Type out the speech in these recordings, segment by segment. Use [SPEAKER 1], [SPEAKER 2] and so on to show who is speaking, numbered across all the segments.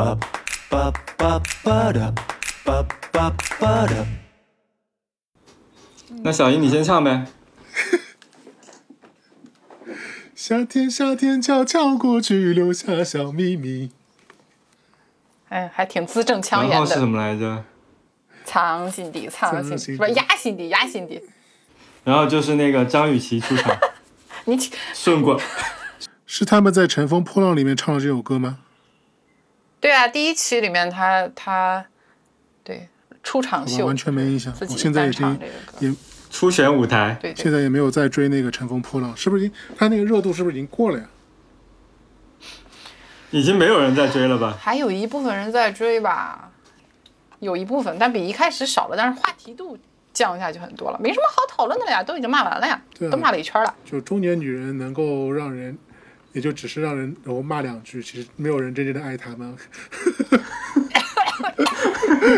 [SPEAKER 1] ba ba ba ba da ba ba ba da
[SPEAKER 2] 那小姨你先唱呗。
[SPEAKER 3] 夏天，夏天悄悄过去，留下小秘密。
[SPEAKER 4] 哎，还挺字正腔
[SPEAKER 2] 然
[SPEAKER 4] 圆
[SPEAKER 2] 后是什
[SPEAKER 4] 的。
[SPEAKER 2] 么来着？
[SPEAKER 4] 藏心底，藏心底，
[SPEAKER 3] 心
[SPEAKER 4] 不是
[SPEAKER 3] 底
[SPEAKER 4] 压心底，压心底。
[SPEAKER 2] 然后就是那个张雨绮出 场，
[SPEAKER 4] 你起
[SPEAKER 2] 顺过。
[SPEAKER 3] 是他们在《乘风破浪》里面唱的这首歌吗？
[SPEAKER 4] 对啊，第一期里面他他对出场
[SPEAKER 3] 我
[SPEAKER 4] 秀
[SPEAKER 3] 完全没印象。
[SPEAKER 4] 自
[SPEAKER 3] 我
[SPEAKER 4] 己
[SPEAKER 3] 现在已
[SPEAKER 4] 单唱
[SPEAKER 3] 经
[SPEAKER 4] 这个歌，
[SPEAKER 3] 也
[SPEAKER 2] 初选舞台，
[SPEAKER 4] 对
[SPEAKER 3] 现
[SPEAKER 4] 对，
[SPEAKER 3] 在也没有在追那个《乘风破浪》，是不是已经他那个热度是不是已经过了呀？
[SPEAKER 2] 已经没有人在追了吧？
[SPEAKER 4] 还有一部分人在追吧，有一部分，但比一开始少了，但是话题度降下去很多了，没什么好讨论的了呀，都已经骂完了呀，
[SPEAKER 3] 对啊
[SPEAKER 4] 都骂了一圈了。
[SPEAKER 3] 就中年女人能够让人，也就只是让人然后骂两句，其实没有人真正的爱她们。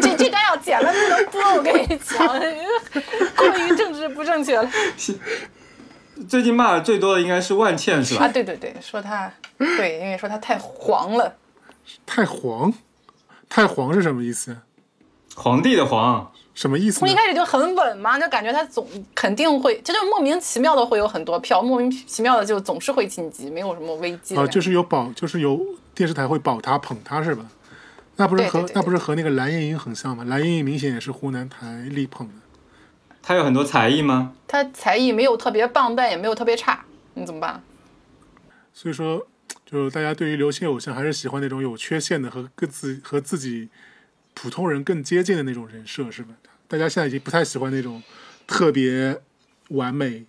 [SPEAKER 4] 这这段要剪了，不能播，我跟你 讲，哎过于政治不正确了
[SPEAKER 2] 最近骂的最多的应该是万茜是
[SPEAKER 4] 啊！
[SPEAKER 2] 吧？
[SPEAKER 4] 对对对，说他，对，因为说他太黄了，
[SPEAKER 3] 太黄，太黄是什么意思？
[SPEAKER 2] 皇帝的皇，
[SPEAKER 3] 什么意思
[SPEAKER 4] 从一
[SPEAKER 3] 呢？
[SPEAKER 4] 开始就很稳嘛，就感觉他总肯定会，这就是莫名其妙的会有很多票，莫名其妙的就总是会晋级，没有什么危机的
[SPEAKER 3] 啊，
[SPEAKER 4] 感觉。
[SPEAKER 3] 就是有保，就是有电视台会保她捧她是吧？那不是
[SPEAKER 4] 对
[SPEAKER 3] 和
[SPEAKER 4] 对对
[SPEAKER 3] 那不是和那个蓝盈莹很像吗？蓝盈莹明显也是湖南台力捧的。
[SPEAKER 2] 他有很多才艺吗？
[SPEAKER 4] 他才艺没有特别棒，但也没有特别差，你怎么办？
[SPEAKER 3] 所以说，就大家对于流行偶像还是喜欢那种有缺陷的和跟自和自己普通人更接近的那种人设，是吧？大家现在已经不太喜欢那种特别完美，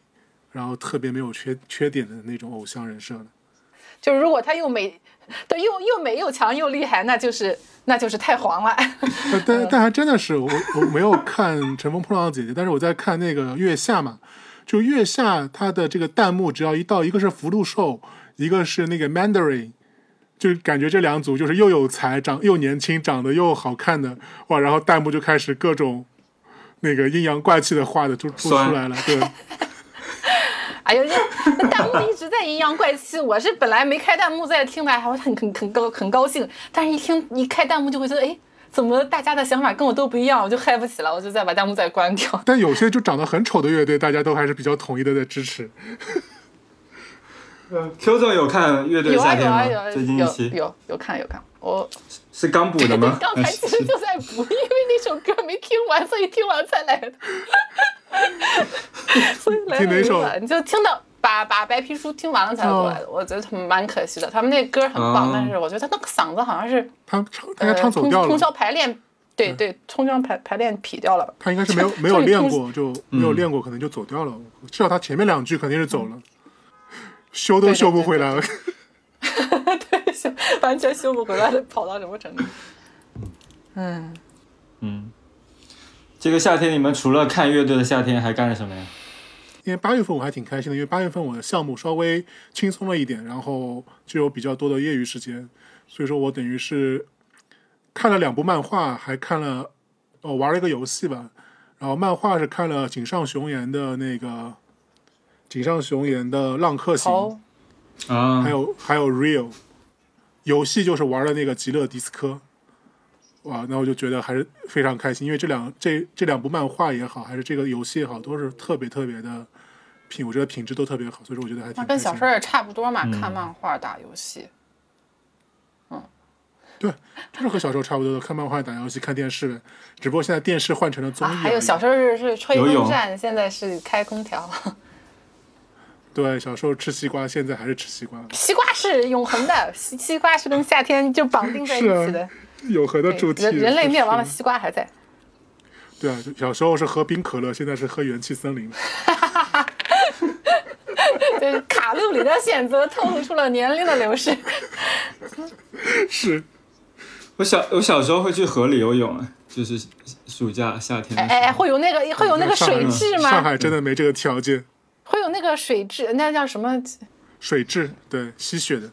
[SPEAKER 3] 然后特别没有缺缺点的那种偶像人设了。
[SPEAKER 4] 就是如果他又美，对，又又美又强又厉害，那就是那就是太黄了。
[SPEAKER 3] 但 呃但但还真的是我我没有看《乘风破浪的姐姐》，但是我在看那个月下嘛，就月下它的这个弹幕只要一到，一个是福禄寿，一个是那个 Mandarin，就感觉这两组就是又有才，长又年轻，长得又好看的哇，然后弹幕就开始各种那个阴阳怪气的话的就就
[SPEAKER 2] 酸
[SPEAKER 3] 出来了，对，
[SPEAKER 4] 哎呦，这那弹幕一直在阴阳怪气。我是本来没开弹幕在听的，还会很很很高很高兴，但是一听一开弹幕就会觉得，哎，怎么大家的想法跟我都不一样，我就嗨不起了，我就再把弹幕再关掉。
[SPEAKER 3] 但有些就长得很丑的乐队，大家都还是比较统一的在支持。
[SPEAKER 2] Q 总有看乐队
[SPEAKER 4] 有啊
[SPEAKER 2] 夏天
[SPEAKER 4] 有
[SPEAKER 2] 吗？
[SPEAKER 4] 啊有啊
[SPEAKER 2] 最近一期
[SPEAKER 4] 有有有看有看，我？
[SPEAKER 2] 是刚补的吗
[SPEAKER 4] 呃刚才其实就在补，因为那首歌没听完，所以听完才来的。 所以来
[SPEAKER 3] 听哪
[SPEAKER 4] 很
[SPEAKER 3] 首
[SPEAKER 4] 晚，你就听到把把白皮书听完了才过来的，我觉得他们蛮可惜的。他们那歌很棒，
[SPEAKER 2] 哦
[SPEAKER 4] 但是我觉得他那个嗓子好像是
[SPEAKER 3] 他们唱，大
[SPEAKER 4] 呃
[SPEAKER 3] 家唱走掉
[SPEAKER 4] 通通
[SPEAKER 3] 了，
[SPEAKER 4] 宵排练，对对，通宵排排练劈掉了吧？
[SPEAKER 3] 他应该是没有没有
[SPEAKER 4] 终于
[SPEAKER 3] 练
[SPEAKER 4] 通
[SPEAKER 3] 过，就没有练过，可能就走掉了。至少他前面两句肯定是走了，修
[SPEAKER 4] 对
[SPEAKER 3] 都
[SPEAKER 4] 对
[SPEAKER 3] 修不
[SPEAKER 4] 嗯对
[SPEAKER 3] 回来了。
[SPEAKER 4] 对，修完全修不回来的，跑到什么程度？嗯，
[SPEAKER 2] 嗯，这个夏天你们除了看乐队的夏天还干了什么呀？
[SPEAKER 3] 因为八月份我还挺开心的，因为八月份我的项目稍微轻松了一点，然后就有比较多的业余时间，所以说我等于是看了两部漫画，还看了哦玩了一个游戏吧。然后漫画是看了井上雄彦的那个井上雄彦的《浪客行》，
[SPEAKER 4] 好，
[SPEAKER 2] 啊
[SPEAKER 3] 还，有还有 Real，游戏就是玩的那个极乐迪斯科，哇，那我就觉得还是非常开心，因为这两这这两部漫画也好，还是这个游戏也好，都是特别特别的品，我觉得品质都特别好，所以说我觉得还挺
[SPEAKER 4] 那
[SPEAKER 3] 开
[SPEAKER 4] 跟
[SPEAKER 3] 心
[SPEAKER 4] 小
[SPEAKER 3] 的。
[SPEAKER 4] 时候也差不多嘛，看漫画、打游戏。
[SPEAKER 3] 对，就是和小时候差不多的，看漫画、打游戏、看电视呗，只不过现在电视换成了综
[SPEAKER 4] 啊，
[SPEAKER 3] 艺而已、
[SPEAKER 4] 还有小时候是是吹
[SPEAKER 2] 游
[SPEAKER 4] 风
[SPEAKER 2] 泳
[SPEAKER 4] 扇，现在是开空调。
[SPEAKER 3] 对小时候吃西瓜，现在还是吃西瓜，
[SPEAKER 4] 西瓜是永恒的，西西瓜是跟夏天就绑定在一
[SPEAKER 3] 是啊
[SPEAKER 4] 起的。
[SPEAKER 3] 有何的
[SPEAKER 4] 对
[SPEAKER 3] 主题？
[SPEAKER 4] 人人类灭亡了，
[SPEAKER 3] 真是。
[SPEAKER 4] 西瓜还在。
[SPEAKER 3] 对啊，小时候是喝冰可乐，现在是喝元气森林。
[SPEAKER 4] 就是卡路里的选择透露出了年龄的流逝。
[SPEAKER 3] 嗯是，
[SPEAKER 2] 我小我小时候会去河里游泳，啊就是暑假夏天
[SPEAKER 4] 哎
[SPEAKER 2] 的时
[SPEAKER 4] 哎
[SPEAKER 2] 候。
[SPEAKER 4] 哎，会有那个 会有那个
[SPEAKER 3] 上海
[SPEAKER 4] 水质
[SPEAKER 3] 上
[SPEAKER 4] 吗？
[SPEAKER 3] 海真的没这个条件。
[SPEAKER 4] 会有那个水质，那叫什么？
[SPEAKER 3] 水质，对，吸血的。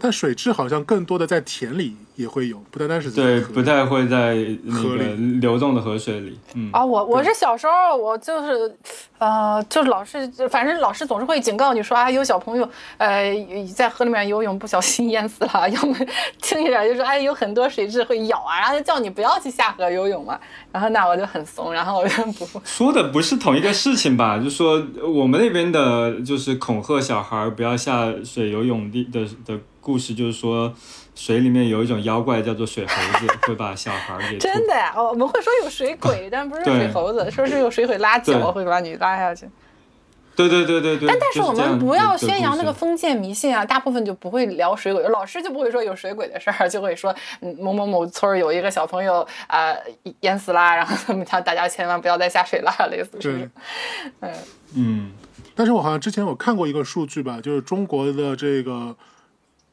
[SPEAKER 3] 但水质好像更多的在田里也会有，不单单是在
[SPEAKER 2] 对，
[SPEAKER 3] 河
[SPEAKER 2] 不
[SPEAKER 3] 里
[SPEAKER 2] 太会在那
[SPEAKER 3] 河
[SPEAKER 2] 个
[SPEAKER 3] 里
[SPEAKER 2] 流动的河水里。嗯，
[SPEAKER 4] 啊，我我是小时候，我就是，呃，就是老是，反正老师总是会警告你说啊，有小朋友，呃，在河里面游泳不小心淹死了，要么轻一点就说，哎，有很多水蛭会咬啊，然后就叫你不要去下河游泳嘛。然后那我就很怂，然后我就不会。
[SPEAKER 2] 说的不是同一个事情吧？就说我们那边的，就是恐吓小孩儿不要下水游泳的的的故事，就是说水里面有一种妖怪叫做水猴子，会把小孩儿给吐
[SPEAKER 4] 真的呀，我我们会说有水鬼，但不是
[SPEAKER 2] 对
[SPEAKER 4] 水猴子，说是有水鬼拉脚
[SPEAKER 2] 对
[SPEAKER 4] 会把你拉下去。
[SPEAKER 2] 对对对对对。
[SPEAKER 4] 但但是
[SPEAKER 2] 就
[SPEAKER 4] 我
[SPEAKER 2] 这
[SPEAKER 4] 们
[SPEAKER 2] 样
[SPEAKER 4] 不
[SPEAKER 2] 的
[SPEAKER 4] 要
[SPEAKER 2] 的
[SPEAKER 4] 宣
[SPEAKER 2] 故
[SPEAKER 4] 扬那
[SPEAKER 2] 事
[SPEAKER 4] 个封建迷信啊，大部分就不会聊水鬼，老师就不会说有水鬼的事儿，就会说嗯某某某村儿有一个小朋友啊、淹死啦，然后他们叫大家千万不要再下水啦，类似这
[SPEAKER 3] 对
[SPEAKER 4] 种。，嗯，
[SPEAKER 2] 嗯，
[SPEAKER 3] 但是我好像之前我看过一个数据吧，就是中国的这个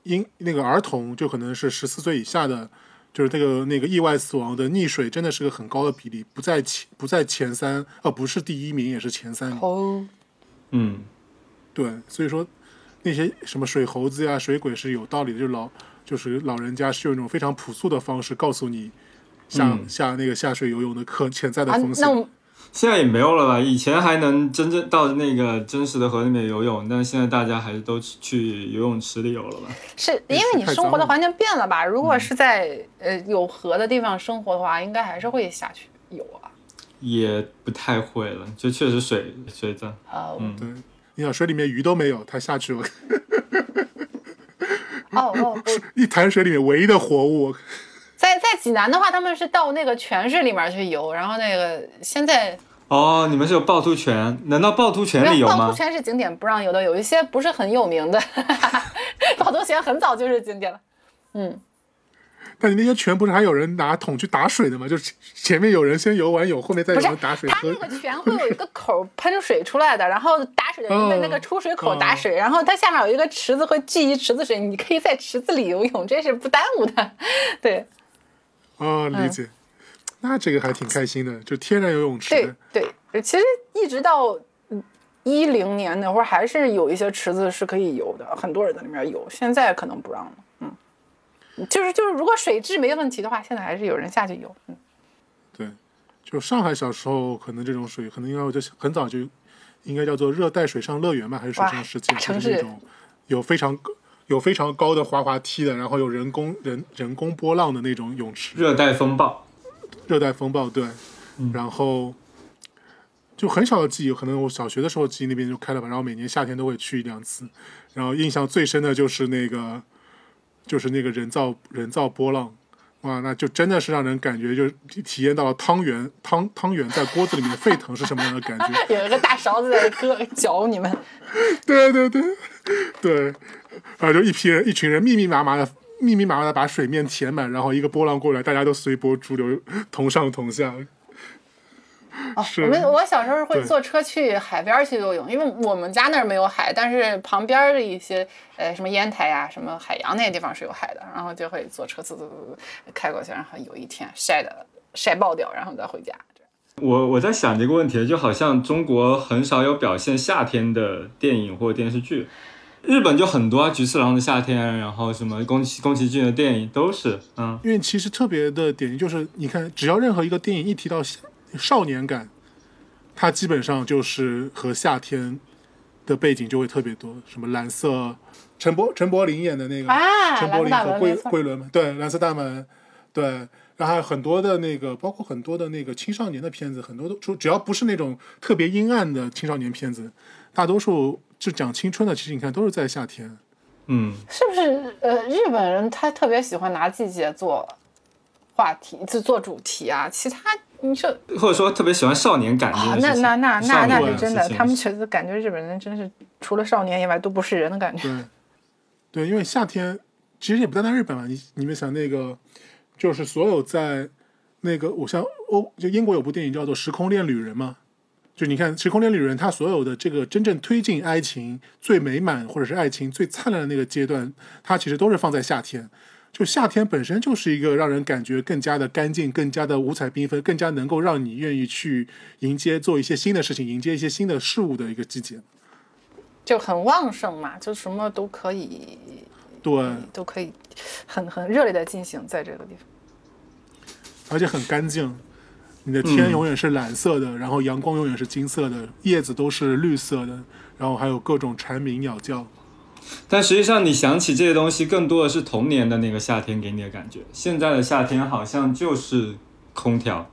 [SPEAKER 3] 婴那个儿童，就可能是十四岁以下的，就是这个那个意外死亡的溺水，真的是个很高的比例，不在前不在前三，呃，不是第一名，也是前三名。
[SPEAKER 4] 哦，
[SPEAKER 2] 嗯，
[SPEAKER 3] 对，所以说那些什么水猴子呀、水鬼是有道理的，就是老就是老人家是用一种非常朴素的方式告诉你下、
[SPEAKER 2] 嗯
[SPEAKER 3] 下那个下水游泳的可潜在的
[SPEAKER 4] 啊
[SPEAKER 3] 风，险。
[SPEAKER 4] 那我们
[SPEAKER 2] 现在也没有了吧？以前还能真正到那个真实的河里面游泳，但现在大家还是都去去游泳池里游了吧？
[SPEAKER 4] 是
[SPEAKER 3] 也
[SPEAKER 4] 因为
[SPEAKER 3] 是
[SPEAKER 4] 你
[SPEAKER 3] 太
[SPEAKER 4] 生
[SPEAKER 3] 脏
[SPEAKER 4] 活的
[SPEAKER 3] 了
[SPEAKER 4] 环境变了吧？如
[SPEAKER 2] 嗯
[SPEAKER 4] 果是在呃有河的地方生活的话，应该还是会下去游啊。
[SPEAKER 2] 也不太会了，就确实水水脏。
[SPEAKER 4] 呃，
[SPEAKER 2] 嗯
[SPEAKER 3] 对，你想水里面鱼都没有，它下去了，
[SPEAKER 4] 哦哦，不
[SPEAKER 3] 一潭水里面唯一的活物，
[SPEAKER 4] 在在济南的话，他们是到那个泉水里面去游，然后那个现在
[SPEAKER 2] 哦，你们是有趵突泉？难道趵突泉
[SPEAKER 4] 没
[SPEAKER 2] 里游
[SPEAKER 4] 有趵
[SPEAKER 2] 吗
[SPEAKER 4] 突？泉是景点不让游的，有一些不是很有名的， 趵突泉很早就是景点了。
[SPEAKER 3] 但你那些泉不是还有人拿桶去打水的吗？就是前面有人先游完泳，后面再有
[SPEAKER 4] 不是
[SPEAKER 3] 人打水
[SPEAKER 4] 它
[SPEAKER 3] 喝
[SPEAKER 4] 那。个泉会有一个口喷水出来的，然后打水的人在那
[SPEAKER 3] 哦
[SPEAKER 4] 个出水口打水，然后它下面有一个池子会聚一池子水，你可以在池子里游泳，这是不耽误的。对
[SPEAKER 3] 哦，
[SPEAKER 4] 嗯
[SPEAKER 3] 理解。那这个还挺开心的，就天然游泳
[SPEAKER 4] 对
[SPEAKER 3] 池。
[SPEAKER 4] 对，呃其实一直到一零年那会儿，还是有一些池子是可以游的，很多人在里面游，现在可能不让了。嗯，就是就是，如果水质没问题的话，现在还是有人下去游。嗯。
[SPEAKER 3] 对，就上海小时候可能这种水，可能应该我就很早就应该叫做热带水上乐园吧，还是水
[SPEAKER 4] 哇
[SPEAKER 3] 上世界，
[SPEAKER 4] 大
[SPEAKER 3] 就
[SPEAKER 4] 城
[SPEAKER 3] 是那
[SPEAKER 4] 市
[SPEAKER 3] 种有非常有非常高的滑滑梯的，然后有人工人人工波浪的那种泳池。
[SPEAKER 2] 热带风暴，
[SPEAKER 3] 热带风暴，对，然后就很小的记忆，可能我小学的时候记忆那边就开了吧，然后每年夏天都会去一两次，然后印象最深的就是那个就是那个人造人造波浪，哇，那就真的是让人感觉就体体验到了汤圆汤汤圆在锅子里面沸腾是什么样的感觉，
[SPEAKER 4] 有一个大勺子在割嚼你们，
[SPEAKER 3] 对对对对，然后就一批人一群人密密麻麻的。密密麻麻的把水面填满，然后一个波浪过来，大家都随波逐流， 同上同下。是
[SPEAKER 4] 哦我们我小时候会
[SPEAKER 3] 对
[SPEAKER 4] 坐车去海边儿去游泳，因为我们家那儿没有海，但是旁边儿的一些呃什么烟台呀、什么海洋那些地方是有海的，然后就会坐车走走走走开过去，然后游一天晒的晒爆掉，然后再回家。
[SPEAKER 2] 我我在想这个问题，就好像中国很少有表现夏天的电影或电视剧，日本就很多啊，菊次郎的夏天，然后什么宫崎宫崎骏的电影都是，嗯，
[SPEAKER 3] 因为其实特别的点就是，你看，只要任何一个电影一提到夏少年感，它基本上就是和夏天的背景就会特别多，什么蓝色，陈柏陈柏霖演的那个
[SPEAKER 4] 啊
[SPEAKER 3] 陈柏霖
[SPEAKER 4] 蓝色大
[SPEAKER 3] 和
[SPEAKER 4] 门
[SPEAKER 3] 桂
[SPEAKER 4] 没错
[SPEAKER 3] 桂纶镁，对，蓝色大门，对，然后还有很多的那个，包括很多的那个青少年的片子，很多都就只要不是那种特别阴暗的青少年片子，大多数就讲青春的，其实你看都是在夏天，
[SPEAKER 2] 嗯，
[SPEAKER 4] 是不是呃日本人他特别喜欢拿季节做话题，就做主题啊？其他你说
[SPEAKER 2] 或者说特别喜欢少年感这
[SPEAKER 4] 啊
[SPEAKER 2] 件，
[SPEAKER 4] 那
[SPEAKER 2] 事情
[SPEAKER 4] 那那那
[SPEAKER 2] 少
[SPEAKER 4] 那
[SPEAKER 2] 年
[SPEAKER 4] 是
[SPEAKER 2] 感
[SPEAKER 4] 真
[SPEAKER 2] 事
[SPEAKER 4] 的，
[SPEAKER 2] 情
[SPEAKER 4] 他们觉得感觉日本人真是除了少年以外都不是人的感觉。
[SPEAKER 3] 对，对，因为夏天其实也不单单日本嘛，你你们想那个，就是所有在那个，我像欧就英国有部电影叫做《时空恋旅人》嘛，就你看《时空恋旅人》，它所有的这个真正推进爱情最美满或者是爱情最灿烂的那个阶段，它其实都是放在夏天。就夏天本身就是一个让人感觉更加的干净、更加的五彩缤纷、更加能够让你愿意去迎接做一些新的事情、迎接一些新的事物的一个季节。
[SPEAKER 4] 就很旺盛嘛，就什么都可以
[SPEAKER 3] 对，
[SPEAKER 2] 嗯
[SPEAKER 4] 都可以很很热烈的进行在这个地方。
[SPEAKER 3] 而且很干净。你的天永远是蓝色的，然后阳光永远是金色的，叶子都是绿色的，然后还有各种蝉鸣、鸟叫。
[SPEAKER 2] 但实际上，你想起这些东西，更多的是童年的那个夏天给你的感觉。现在的夏天好像就是空调，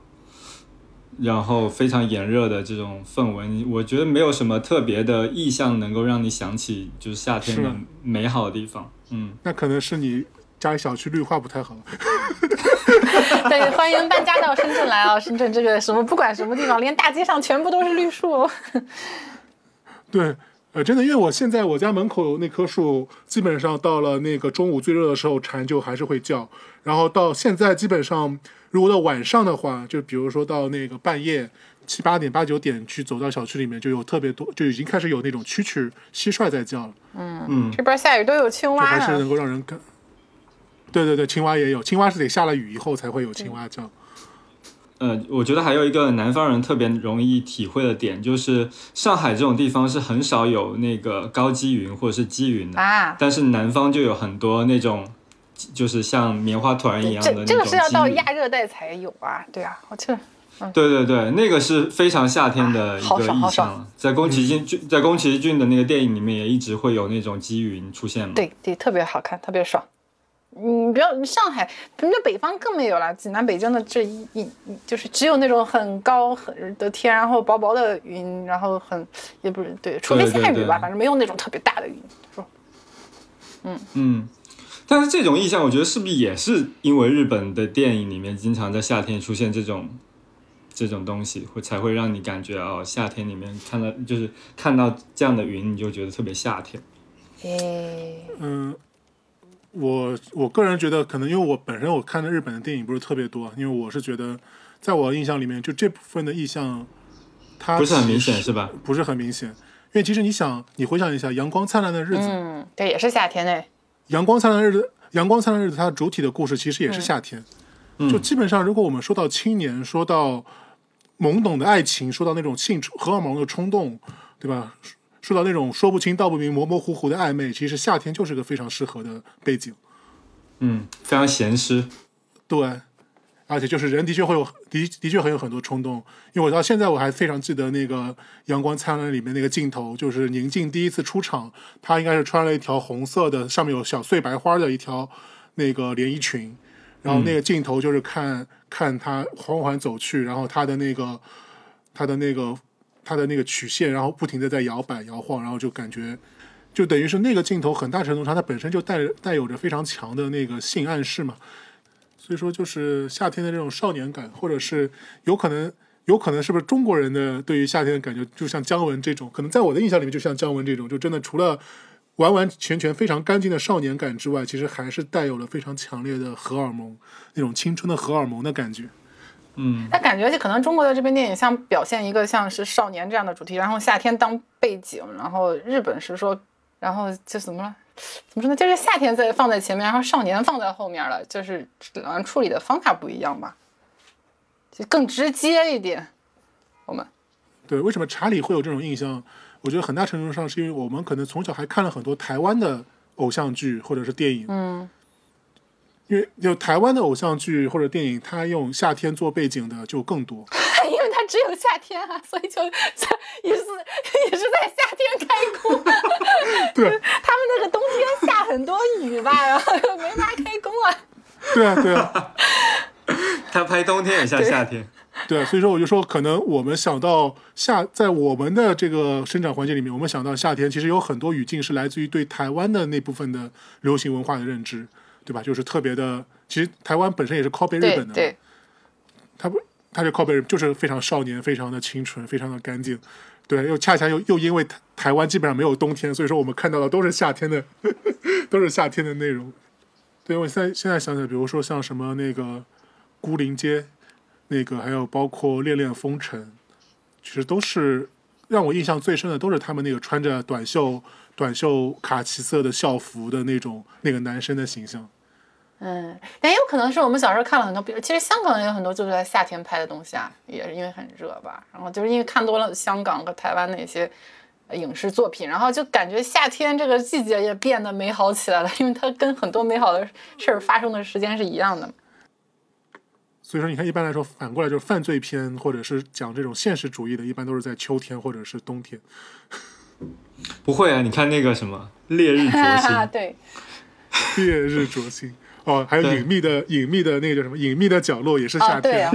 [SPEAKER 2] 然后非常炎热的这种氛围，你我觉得没有什么特别的意象能够让你想起就是夏天的
[SPEAKER 3] 是
[SPEAKER 2] 美好的地方。嗯，
[SPEAKER 3] 那可能是你家里小区绿化不太好。
[SPEAKER 4] 对，欢迎搬家到深圳来啊！深圳这个什么不管什么地方，连大街上全部都是绿树哦。
[SPEAKER 3] 对，呃，真的，因为我现在我家门口那棵树，基本上到了那个中午最热的时候，蝉就还是会叫。然后到现在，基本上如果到晚上的话，就比如说到那个半夜七八点、八九点去走到小区里面，就有特别多，就已经开始有那种蛐蛐、蟋蟀在叫了，
[SPEAKER 4] 这边下雨都有青
[SPEAKER 3] 就
[SPEAKER 4] 蛙
[SPEAKER 3] 还是
[SPEAKER 4] 呢
[SPEAKER 3] 能。够让人感。对对对，青蛙也有，青蛙是得下了雨以后才会有青蛙叫。
[SPEAKER 2] 呃，我觉得还有一个南方人特别容易体会的点，就是上海这种地方是很少有那个高积云或者是积云的，
[SPEAKER 4] 啊，
[SPEAKER 2] 但是南方就有很多那种，就是像棉花团一样的那
[SPEAKER 4] 这
[SPEAKER 2] 种
[SPEAKER 4] 这个是要
[SPEAKER 2] 积
[SPEAKER 4] 到
[SPEAKER 2] 云
[SPEAKER 4] 亚热带才有啊。对啊，我这
[SPEAKER 2] 对对对，那个是非常夏天的一
[SPEAKER 4] 好
[SPEAKER 2] 个
[SPEAKER 4] 爽好
[SPEAKER 2] 意象
[SPEAKER 4] 爽嗯
[SPEAKER 2] 了。在宫崎骏、在宫崎骏的那个电影里面，也一直会有那种积云出现嘛。
[SPEAKER 4] 对对特别好看，特别爽。嗯，不要上海，那北方更没有了。济南、北京的这一一一就是只有那种很高很的天，然后薄薄的云，然后很也不是对，除非
[SPEAKER 2] 对对
[SPEAKER 4] 下雨吧，
[SPEAKER 2] 对
[SPEAKER 4] 反正没有那种特别大的云。说
[SPEAKER 2] 嗯，但是这种意象，我觉得是不是也是因为日本的电影里面经常在夏天出现这种这种东西，会才会让你感觉哦，夏天里面看到就是看到这样的云，你就觉得特别夏天。
[SPEAKER 4] 诶，
[SPEAKER 3] 嗯，我我个人觉得，可能因为我本身我看的日本的电影不是特别多，因为我是觉得，在我的印象里面，就这部分的意象，
[SPEAKER 4] 啊
[SPEAKER 3] 它
[SPEAKER 2] 不是很明显
[SPEAKER 3] 其实
[SPEAKER 2] 是吧？
[SPEAKER 3] 不是很明显，因为其实你想，你回想一下《阳光灿烂的日子》
[SPEAKER 4] 嗯，对，也是夏天哎。
[SPEAKER 3] 阳光灿烂的日子》，《阳光灿烂的日子》它主体的故事其实也是夏天，就基本上，如果我们说到青年，说到懵懂的爱情，说到那种性冲荷尔蒙的冲动，对吧？说说到那种说不清道不明、模模糊糊的暧昧，其实夏天就是个非常适合的背景。
[SPEAKER 2] 嗯，非常咸湿。
[SPEAKER 3] 对，而且就是人的确会有的的确很有很多冲动，因为我到现在我还非常记得那个《阳光灿烂》里面那个镜头，就是宁静第一次出场，她应该是穿了一条红色的，上面有小碎白花的一条那个连衣裙，然后那个镜头就是看、看她缓缓走去，然后她的那个她的那个她的那个曲线，然后不停的在摇摆摇晃，然后就感觉。就等于是那个镜头，很大程度上它本身就带带有着非常强的那个性暗示嘛，所以说就是夏天的这种少年感，或者是有可能有可能是不是中国人的对于夏天的感觉，就像姜文这种，可能在我的印象里面，就像姜文这种，就真的除了完完全全非常干净的少年感之外，其实还是带有了非常强烈的荷尔蒙那种青春的荷尔蒙的感觉。
[SPEAKER 2] 嗯，
[SPEAKER 4] 那感觉就可能中国的这边电影像表现一个像是少年这样的主题，然后夏天当背景，然后日本是说，然后就怎么了？怎么说呢？就是夏天在放在前面，然后少年放在后面了，就是好像处理的方法不一样吧，就更直接一点。我们
[SPEAKER 3] 对，为什么查理会有这种印象？我觉得很大程度上是因为我们可能从小还看了很多台湾的偶像剧或者是电影，嗯，因为就台湾的偶像剧或者电影，它用夏天做背景的就更多。
[SPEAKER 4] 因为它只有夏天啊，所以就也是也是在夏天开工。
[SPEAKER 3] 对，
[SPEAKER 4] 他们那个冬天下很多雨吧， 然后又没法开工啊。
[SPEAKER 3] 对啊，对啊，
[SPEAKER 2] 他拍冬天也像夏天。
[SPEAKER 3] 对啊，所以说我就说，可能我们想到夏，在我们的这个生长环境里面，我们想到夏天，其实有很多语境是来自于对台湾的那部分的流行文化的认知，对吧？就是特别的，其实台湾本身也是 copy 日
[SPEAKER 4] 对
[SPEAKER 3] 本的，
[SPEAKER 4] 对，
[SPEAKER 3] 他不，他是 copy 日本就是非常少年，非常的清纯，非常的干净，对，又恰恰又又因为台台湾基本上没有冬天，所以说我们看到的都是夏天的， 都是夏天的内容。对，我现在现在想起来，比如说像什么那个孤林街，那个还有包括恋恋风尘，其实都是让我印象最深的，都是他们那个穿着短袖、短袖卡其色的校服的那种那个男生的形象。
[SPEAKER 4] 嗯，但也有可能是我们小时候看了很多，比如其实香港也有很多就是在夏天拍的东西啊，也是因为很热吧，然后就是因为看多了香港和台湾那些呃影视作品，然后就感觉夏天这个季节也变得美好起来了，因为它跟很多美好的事儿发生的时间是一样的嘛。，
[SPEAKER 3] 所以说，你看，一般来说，反过来就是犯罪片或者是讲这种现实主义的，一般都是在秋天或者是冬天。
[SPEAKER 2] 不会啊，你看那个什么《烈日灼心》
[SPEAKER 4] 啊对，
[SPEAKER 3] 烈日灼心哦，还有
[SPEAKER 2] 对
[SPEAKER 3] 隐秘的隐秘的那个叫什么？隐秘的角落也是夏
[SPEAKER 4] 啊，对
[SPEAKER 3] 天。
[SPEAKER 4] 啊，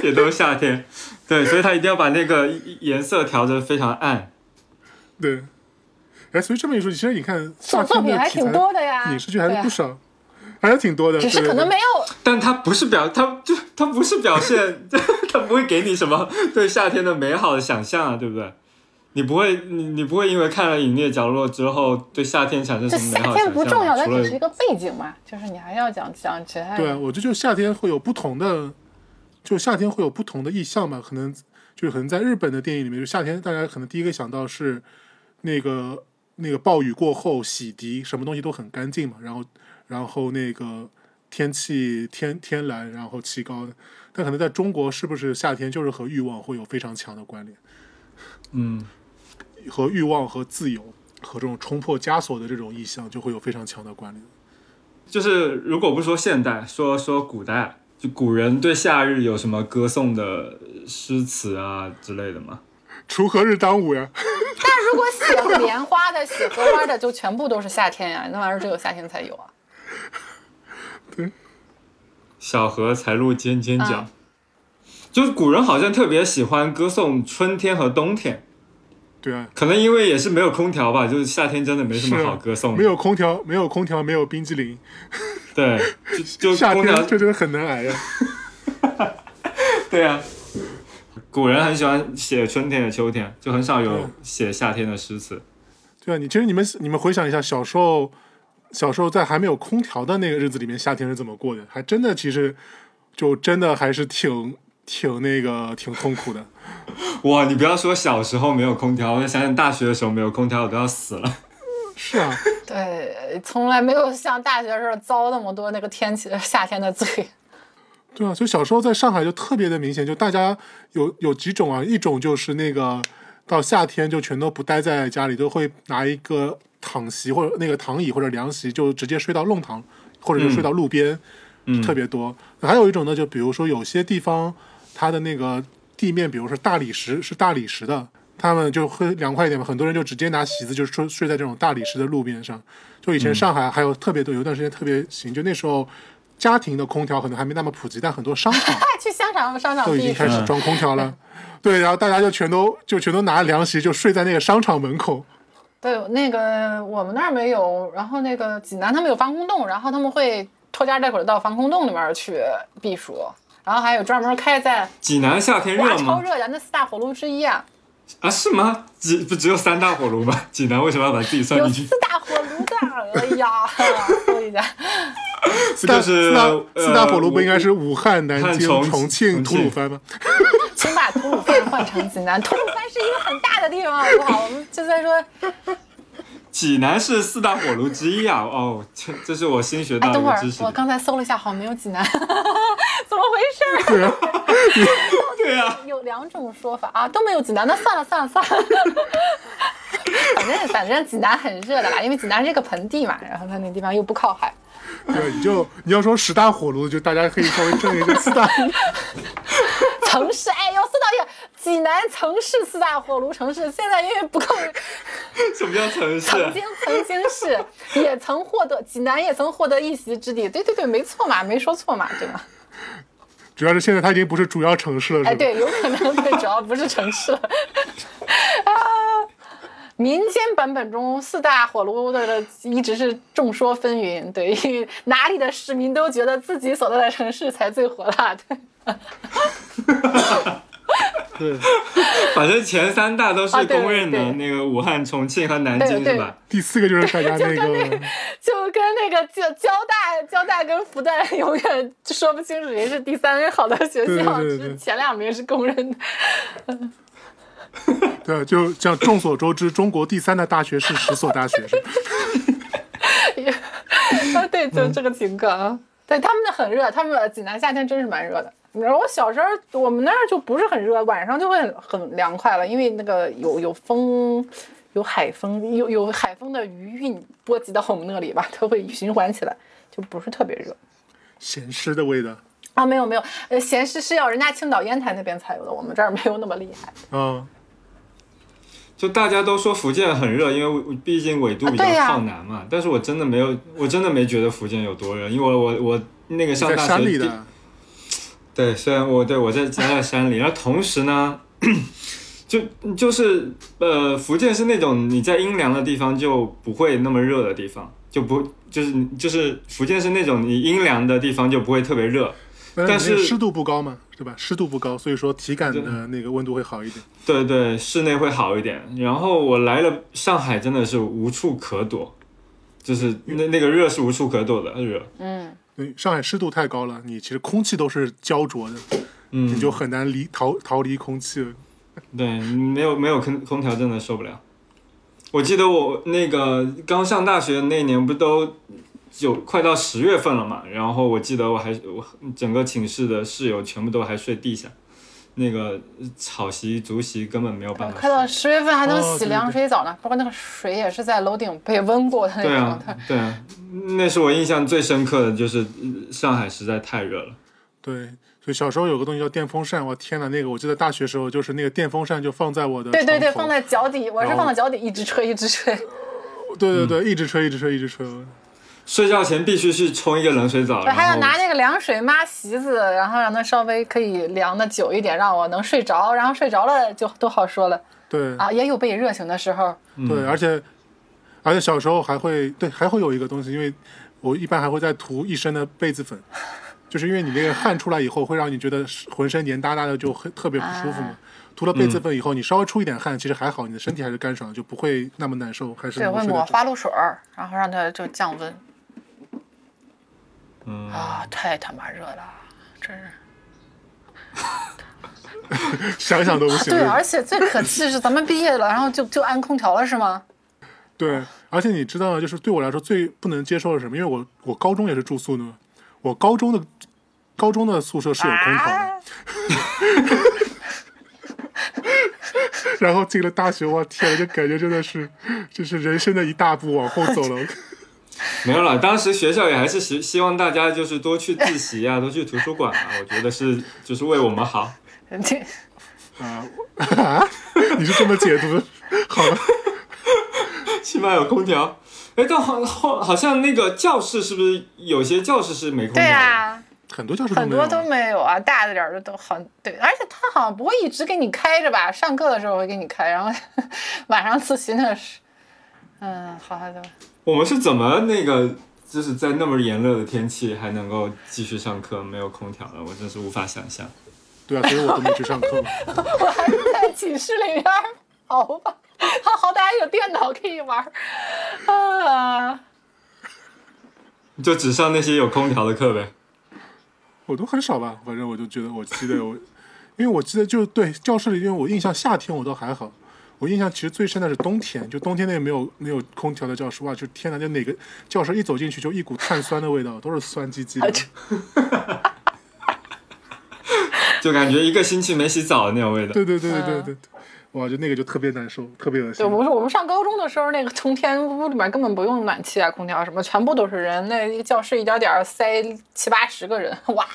[SPEAKER 2] 也都是夏天，对，所以他一定要把那个颜色调得非常暗。
[SPEAKER 3] 对哎，所以这么一说，其实你看夏
[SPEAKER 4] 作作
[SPEAKER 3] 天
[SPEAKER 4] 品
[SPEAKER 3] 的
[SPEAKER 4] 还
[SPEAKER 3] 题材
[SPEAKER 4] 挺多的呀，
[SPEAKER 3] 影视剧还是
[SPEAKER 4] 对啊
[SPEAKER 3] 不少，还是挺多的。
[SPEAKER 4] 只是
[SPEAKER 3] 对
[SPEAKER 4] 可能
[SPEAKER 3] 对
[SPEAKER 4] 没有
[SPEAKER 2] 但他不是表，他就他不是表现， 他不会给你什么 对夏天的美好的想象啊，对不对？你不会，你你不会因为看了《隐秘的角落》之后对夏天产生
[SPEAKER 4] 就
[SPEAKER 2] 什么美
[SPEAKER 4] 夏
[SPEAKER 2] 好的想
[SPEAKER 4] 天
[SPEAKER 2] 象？
[SPEAKER 4] 不重要，它
[SPEAKER 2] 除了
[SPEAKER 4] 只是一个背景嘛，就是你还要讲讲其他
[SPEAKER 3] 对
[SPEAKER 4] 人
[SPEAKER 3] 啊，我觉得就夏天会有不同的，就夏天会有不同的意象嘛，可能就可能在日本的电影里面，就夏天大家可能第一个想到是那个那个暴雨过后洗涤，什么东西都很干净嘛，然后然后那个天气天天蓝，然后气高的，但可能在中国是不是夏天就是和欲望会有非常强的关联，
[SPEAKER 2] 嗯，
[SPEAKER 3] 和欲望和自由和这种冲破枷锁的这种意象就会有非常强的关联。
[SPEAKER 2] 就是如果不说现代，说说古代，就古人对夏日有什么歌颂的诗词啊之类的吗？
[SPEAKER 3] 锄禾日当午呀，
[SPEAKER 4] 如果写莲花的、写荷花的，就全部都是夏天呀、那玩意儿只有夏天才有啊。
[SPEAKER 2] 小荷才露尖尖
[SPEAKER 4] 嗯
[SPEAKER 2] 角，就是古人好像特别喜欢歌颂春天和冬天，
[SPEAKER 3] 对啊，
[SPEAKER 2] 可能因为也是没有空调吧，就是夏天真的没什
[SPEAKER 3] 是
[SPEAKER 2] 么
[SPEAKER 3] 啊
[SPEAKER 2] 好歌颂的，
[SPEAKER 3] 没有空调，没有空调，没有冰激凌，
[SPEAKER 2] 对，就就
[SPEAKER 3] 夏
[SPEAKER 2] 空
[SPEAKER 3] 天
[SPEAKER 2] 调，
[SPEAKER 3] 这真的很难挨呀。啊
[SPEAKER 2] 对啊，古人很喜欢写春天和秋天，就很少
[SPEAKER 3] 对
[SPEAKER 2] 有写夏天的诗词。
[SPEAKER 3] 对啊，你其实你们你们回想一下，小时候小时候在还没有空调的那个日子里面，夏天是怎么过的？还真的其实就真的还是挺挺那个挺痛苦 的。
[SPEAKER 2] 哇，你不要说小时候没有空调，我想想大学的时候没有空调，我都要死了。
[SPEAKER 3] 是啊，
[SPEAKER 4] 对，从来没有像大学时候遭那么多那个天气的 夏天的罪。
[SPEAKER 3] 对啊，所以小时候在上海就特别的明显，就大家有有几种啊，一种就是那个到夏天就全都不待在家里，都会拿一个躺席或者那个躺椅或者凉席，就直接睡到弄堂，或者就睡到路边，特别多。还有一种呢，就比如说有些地方它的那个地面，比如说大理石是大理石的。他们就会凉快一点嘛，很多人就直接拿席子就睡睡在这种大理石的路边上。就以前上海还有特别多，有一段时间特别行，就那时候家庭的空调可能还没那么普及，但很多商场
[SPEAKER 4] 快去商场，商场
[SPEAKER 3] 都已
[SPEAKER 4] 第一
[SPEAKER 3] 经开
[SPEAKER 4] 次
[SPEAKER 3] 始装空调了。对，然后大家就全都就全都拿凉席就睡在那个商场门口。
[SPEAKER 4] 对，那个我们那儿没有，然后那个济南他们有防空洞，然后他们会拖家带口的到防空洞里面去避暑，然后还有专门开在
[SPEAKER 2] 济南夏天
[SPEAKER 4] 哇
[SPEAKER 2] 热
[SPEAKER 4] 超
[SPEAKER 2] 吗？
[SPEAKER 4] 热呀，那四大火炉之 一啊，
[SPEAKER 2] 啊，是吗？只不只有三大火炉吗？济南为什么要把自己算
[SPEAKER 4] 有
[SPEAKER 2] 进去
[SPEAKER 4] 四？大火炉的，哎呀， 搜一下，
[SPEAKER 3] 四
[SPEAKER 2] 就
[SPEAKER 3] 大
[SPEAKER 2] 是
[SPEAKER 3] 四大
[SPEAKER 2] 呃
[SPEAKER 3] 四大火炉不应该是武汉、南
[SPEAKER 2] 武汉
[SPEAKER 3] 京、
[SPEAKER 2] 重
[SPEAKER 3] 重
[SPEAKER 2] 重庆
[SPEAKER 3] 庆、吐鲁番吗？
[SPEAKER 4] 请把吐鲁番换成济南，吐鲁番是一个很大的地方，好不好？我们就在说，
[SPEAKER 2] 济南是四大火炉之一啊！哦，这这是我新学
[SPEAKER 4] 哎，
[SPEAKER 2] 到的
[SPEAKER 4] 等
[SPEAKER 2] 一
[SPEAKER 4] 会
[SPEAKER 2] 个
[SPEAKER 4] 儿
[SPEAKER 2] 知识
[SPEAKER 4] 我
[SPEAKER 2] 点。
[SPEAKER 4] 刚才搜了一下，好像没有济南， 怎么回事儿？
[SPEAKER 3] 对啊，
[SPEAKER 2] 对啊，
[SPEAKER 4] 有两种说法啊，都没有济南，那算了算了算了。 反正反正济南很热的啦，因为济南是个盆地嘛，然后它那地方又不靠海。
[SPEAKER 3] 对啊，你就你要说十大火炉，就大家可以稍微正一下四大。
[SPEAKER 4] 城市哎呦，四大火济南城市四大火炉城市，现在因为不 够，
[SPEAKER 2] 什么叫城市
[SPEAKER 4] 曾
[SPEAKER 2] 啊？
[SPEAKER 4] 经曾经是也曾获得济南也曾获得一席之地，对对对，没错嘛，没说错嘛，对吗？
[SPEAKER 3] 主要是现在它已经不是主要城市了，
[SPEAKER 4] 哎，
[SPEAKER 3] 是吧？
[SPEAKER 4] 对，有可能对，主要不是城市了。啊，民间版本中四大火炉的一直是众说纷纭，对，因为哪里的市民都觉得自己所在的城市才最火辣，对，
[SPEAKER 3] 对，
[SPEAKER 2] 反正前三大都是
[SPEAKER 4] 啊对
[SPEAKER 2] 公认的，
[SPEAKER 4] 对
[SPEAKER 2] 那个武汉、重庆和南京
[SPEAKER 4] 对
[SPEAKER 2] 是吧？
[SPEAKER 3] 第四个就是大家那 个
[SPEAKER 4] 就跟那个交交大、交大跟复旦永远说不清楚谁是第三好的学
[SPEAKER 3] 对对
[SPEAKER 4] 校，
[SPEAKER 3] 对
[SPEAKER 4] 只
[SPEAKER 3] 对
[SPEAKER 4] 是前两名是公认的。
[SPEAKER 3] 对，就像众所周知，中国第三大大学是十所大学，是吧？ 嗯
[SPEAKER 4] 啊，对，就这个情况啊。对，他们的很热，他们济南夏天真是蛮热的。然后我小时候我们那儿就不是很热，晚上就会很很凉快了，因为那个有有风，有海风，有有海风的余韵波及到我们那里吧，它会循环起来，就不是特别热
[SPEAKER 3] 咸湿的味道
[SPEAKER 4] 啊。没有没有，呃，咸湿是要人家青岛烟台那边才有的，我们这儿没有那么厉害。
[SPEAKER 3] 啊。
[SPEAKER 2] 就大家都说福建很热，因为毕竟纬度比较
[SPEAKER 4] 啊对呀
[SPEAKER 2] 靠南嘛。但是我真的没有，我真的没觉得福建有多热，因为我我我那个上
[SPEAKER 3] 在
[SPEAKER 2] 大学
[SPEAKER 3] 山里
[SPEAKER 2] 第
[SPEAKER 3] 的，
[SPEAKER 2] 对，虽然我对我在家在山里，然后同时呢， 就就是呃，福建是那种你在阴凉的地方就不会那么热的地方，就不就是就是福建是那种你阴凉的地方就不会特别热，但是
[SPEAKER 3] 那湿度不高嘛，对吧？湿度不高，所以说体感的那个温度会好一点。
[SPEAKER 2] 对对，室内会好一点。然后我来了上海，真的是无处可躲，就是那那个热是无处可躲的热。
[SPEAKER 4] 嗯，
[SPEAKER 3] 对，上海湿度太高了，你其实空气都是焦灼的，
[SPEAKER 2] 嗯
[SPEAKER 3] 你，就很难离逃逃离空气了。
[SPEAKER 2] 对，没有没有空空调真的受不了。我记得我那个刚上大学那年，不都有快到十月份了嘛？然后我记得我还我整个寝室的室友全部都还睡地下，那个草席、竹席根本没有办法
[SPEAKER 4] 快到
[SPEAKER 2] 睡。
[SPEAKER 4] 十月份还能
[SPEAKER 3] 啊哦
[SPEAKER 4] 洗
[SPEAKER 3] 对对
[SPEAKER 4] 凉
[SPEAKER 3] 对
[SPEAKER 4] 水澡呢，包括那个水也是在楼顶被温过的那
[SPEAKER 2] 对
[SPEAKER 4] 种
[SPEAKER 2] 啊
[SPEAKER 4] 的。，
[SPEAKER 2] 对啊，那是我印象最深刻的就是呃上海实在太热了。
[SPEAKER 3] 对，所以小时候有个东西叫电风扇，我天哪，那个我记得大学时候就是那个电风扇就放在我的
[SPEAKER 4] 对对对，
[SPEAKER 3] 床
[SPEAKER 4] 放
[SPEAKER 3] 头
[SPEAKER 4] 在脚底，我
[SPEAKER 3] 然
[SPEAKER 4] 是
[SPEAKER 3] 后啊
[SPEAKER 4] 放在脚底一直吹一直吹。
[SPEAKER 3] 对对对，一直吹一直吹一直吹，
[SPEAKER 2] 睡觉前必须去冲一个冷水澡，
[SPEAKER 4] 对，
[SPEAKER 2] 然后
[SPEAKER 4] 还要拿那个凉水抹席子，然后让它稍微可以凉的久一点，让我能睡着。然后睡着了就都好说了
[SPEAKER 3] 对
[SPEAKER 4] 啊，也有被热醒的时候。
[SPEAKER 3] 对，而且而且小时候还会对还会有一个东西，因为我一般还会再涂一身的痱子粉，就是因为你那个汗出来以后会让你觉得浑身黏哒哒的，就很特别不舒服嘛。涂了痱子粉以后，你稍微出一点汗，其实还好，你的身体还是干爽，就不会那么难受，还是
[SPEAKER 4] 对，
[SPEAKER 3] 能够
[SPEAKER 4] 会
[SPEAKER 3] 睡
[SPEAKER 4] 抹
[SPEAKER 3] 得着。
[SPEAKER 4] 花露水儿，然后让它就降温。
[SPEAKER 2] 嗯
[SPEAKER 4] 啊，太他妈热了，真是。
[SPEAKER 3] 想想都不行。
[SPEAKER 4] 啊对，而且最可气的是咱们毕业了，然后就就安空调了是吗？
[SPEAKER 3] 对，而且你知道，就是对我来说最不能接受的是什么？因为我我高中也是住宿的嘛，我高中的高中的宿舍是有空调的，
[SPEAKER 4] 啊，
[SPEAKER 3] 然后进了大学，我天，就感觉真的是，这是人生的一大步往后走了。
[SPEAKER 2] 没有了，当时学校也还是希希望大家就是多去自习啊， 多去图书馆啊，我觉得是就是为我们好。
[SPEAKER 4] 这
[SPEAKER 3] 啊啊！ 你是这么解读？好吧，
[SPEAKER 2] 起码有空调。哎，但好后好像那个教室是不是有些教室是没空调
[SPEAKER 4] 对
[SPEAKER 2] 的？
[SPEAKER 4] 啊，
[SPEAKER 3] 很多教室都
[SPEAKER 4] 很
[SPEAKER 3] 没有
[SPEAKER 4] 多
[SPEAKER 3] 啊。
[SPEAKER 4] 都没有啊，大的点儿的都好对，而且他好像不会一直给你开着吧？上课的时候会给你开，然后 晚上自习那是，嗯，好像都
[SPEAKER 2] 我们是怎么那个就是在那么炎热的天气还能够继续上课没有空调的？我真是无法想象。
[SPEAKER 3] 对啊，所以我都没去上课嘛。
[SPEAKER 4] 我还是在寝室里边儿，好吧， 好好歹有电脑可以玩儿啊。
[SPEAKER 2] 就只上那些有空调的课呗。
[SPEAKER 3] 我都很少吧，反正我就觉得，我记得我，因为我记得就对教室里，因为我印象夏天我倒还好，我印象其实最深的是冬天，就冬天那个没有没有空调的教室，哇，就天哪，就哪个教室一走进去就一股碳酸的味道，都是酸唧
[SPEAKER 4] 啊
[SPEAKER 3] 唧的。
[SPEAKER 2] 就感觉一个星期没洗澡的那种 味道。
[SPEAKER 3] 对对对对对对，哇，就那个就特别难受，特别恶心
[SPEAKER 4] 啊对，。我说我们上高中的时候，那个冬天屋里面根本不用暖气啊、空调啊什么，全部都是人。那一个教室一点点儿塞七八十个人， 哇，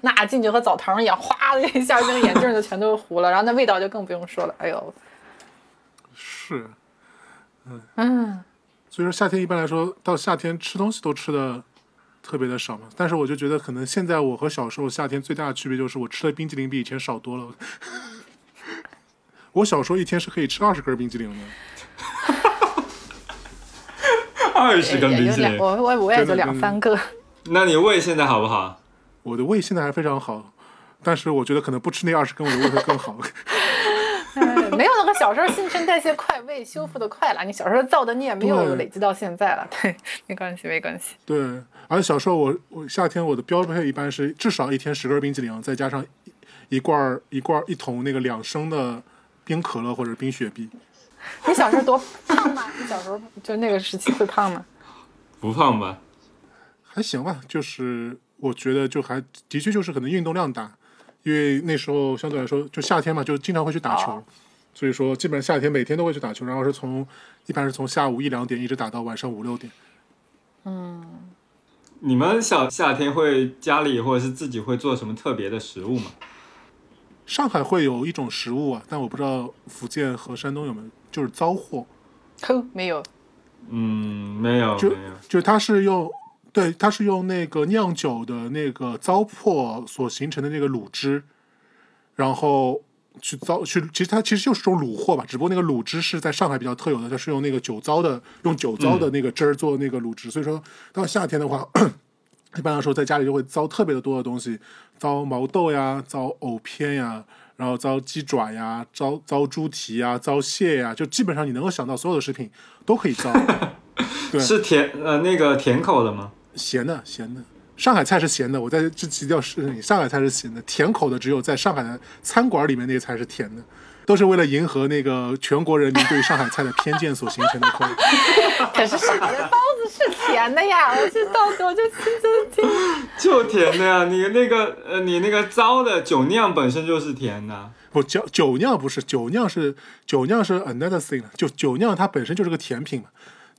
[SPEAKER 4] 那进去和澡堂一样，哗一下那个眼镜就全都糊了，然后那味道就更不用说了。哎呦，
[SPEAKER 3] 是。啊
[SPEAKER 4] 嗯，
[SPEAKER 3] 所以说夏天一般来说到夏天吃东西都吃的特别的少嘛。但是我就觉得可能现在我和小时候夏天最大的区别就是我吃的冰激凌比以前少多了。我小时候一天是可以吃二十根冰激凌的，
[SPEAKER 2] 二十根
[SPEAKER 4] 也
[SPEAKER 2] 冰
[SPEAKER 4] 有
[SPEAKER 2] 淇
[SPEAKER 4] 两，
[SPEAKER 2] 淋，
[SPEAKER 4] 我我我也
[SPEAKER 3] 真的嗯
[SPEAKER 4] 就两
[SPEAKER 3] 真的
[SPEAKER 4] 三个。
[SPEAKER 2] 那你胃现在好不好？
[SPEAKER 3] 我的胃现在还非常好，但是我觉得可能不吃那二十根我的胃会更好。
[SPEAKER 4] 对没有那个小时候新陈代谢快，胃修复的快了。你小时候造的孽没有
[SPEAKER 3] 对
[SPEAKER 4] 累积到现在了，对，没关系，没关系。
[SPEAKER 3] 对，而且小时候我我夏天我的标配一般是至少一天十根冰激凌，再加上一一罐儿一罐儿一桶那个两升的冰可乐或者冰雪碧。
[SPEAKER 4] 你小时候多胖吗？你小时候就那个时期会胖吗？
[SPEAKER 2] 不胖吧？
[SPEAKER 3] 还行吧，就是我觉得就还的确就是可能运动量大，因为那时候相对来说就夏天嘛，就经常会去打球，
[SPEAKER 4] 哦
[SPEAKER 3] 所以说基本上夏天每天都会去打球，然后是从一般是从下午一两点一直打到晚上五六点。
[SPEAKER 2] 你们小夏天会家里或者是自己会做什么特别的食物吗？
[SPEAKER 3] 上海会有一种食物啊，但我不知道福建和山东有没有，就是糟货，
[SPEAKER 4] 哼，没有，
[SPEAKER 2] 嗯，没有
[SPEAKER 3] 就
[SPEAKER 2] 没有。
[SPEAKER 3] 就它是用对，它是用那个酿酒的那个糟粕所形成的那个卤汁，然后去糟去，其实它其实就是种卤货吧，只不过那个卤汁是在上海比较特有的，它是用那个酒糟的用酒糟的那个汁儿做那个卤汁，所以说到夏天的话， 一般来说在家里就会糟特别的多的东西，糟毛豆呀，糟藕片呀。然后糟鸡爪呀，糟糟猪蹄呀，糟蟹呀，就基本上你能够想到所有的食品都可以糟。对
[SPEAKER 2] 是甜呃那个甜口的吗？
[SPEAKER 3] 咸的，咸的。上海菜是咸的，我在这强调是你上海菜是咸的，甜口的只有在上海的餐馆里面那些才是甜的，都是为了迎合那个全国人民对上海菜的偏见所形成的口味。
[SPEAKER 4] 可是上海的包子是甜的呀，我就到时候就亲自听。
[SPEAKER 2] 就甜的呀，你那个呃，你那个糟的酒酿本身就是甜的，
[SPEAKER 3] 不，酒酒酿不是，酒酿是酒酿是 another thing，就酒酿它本身就是个甜品嘛，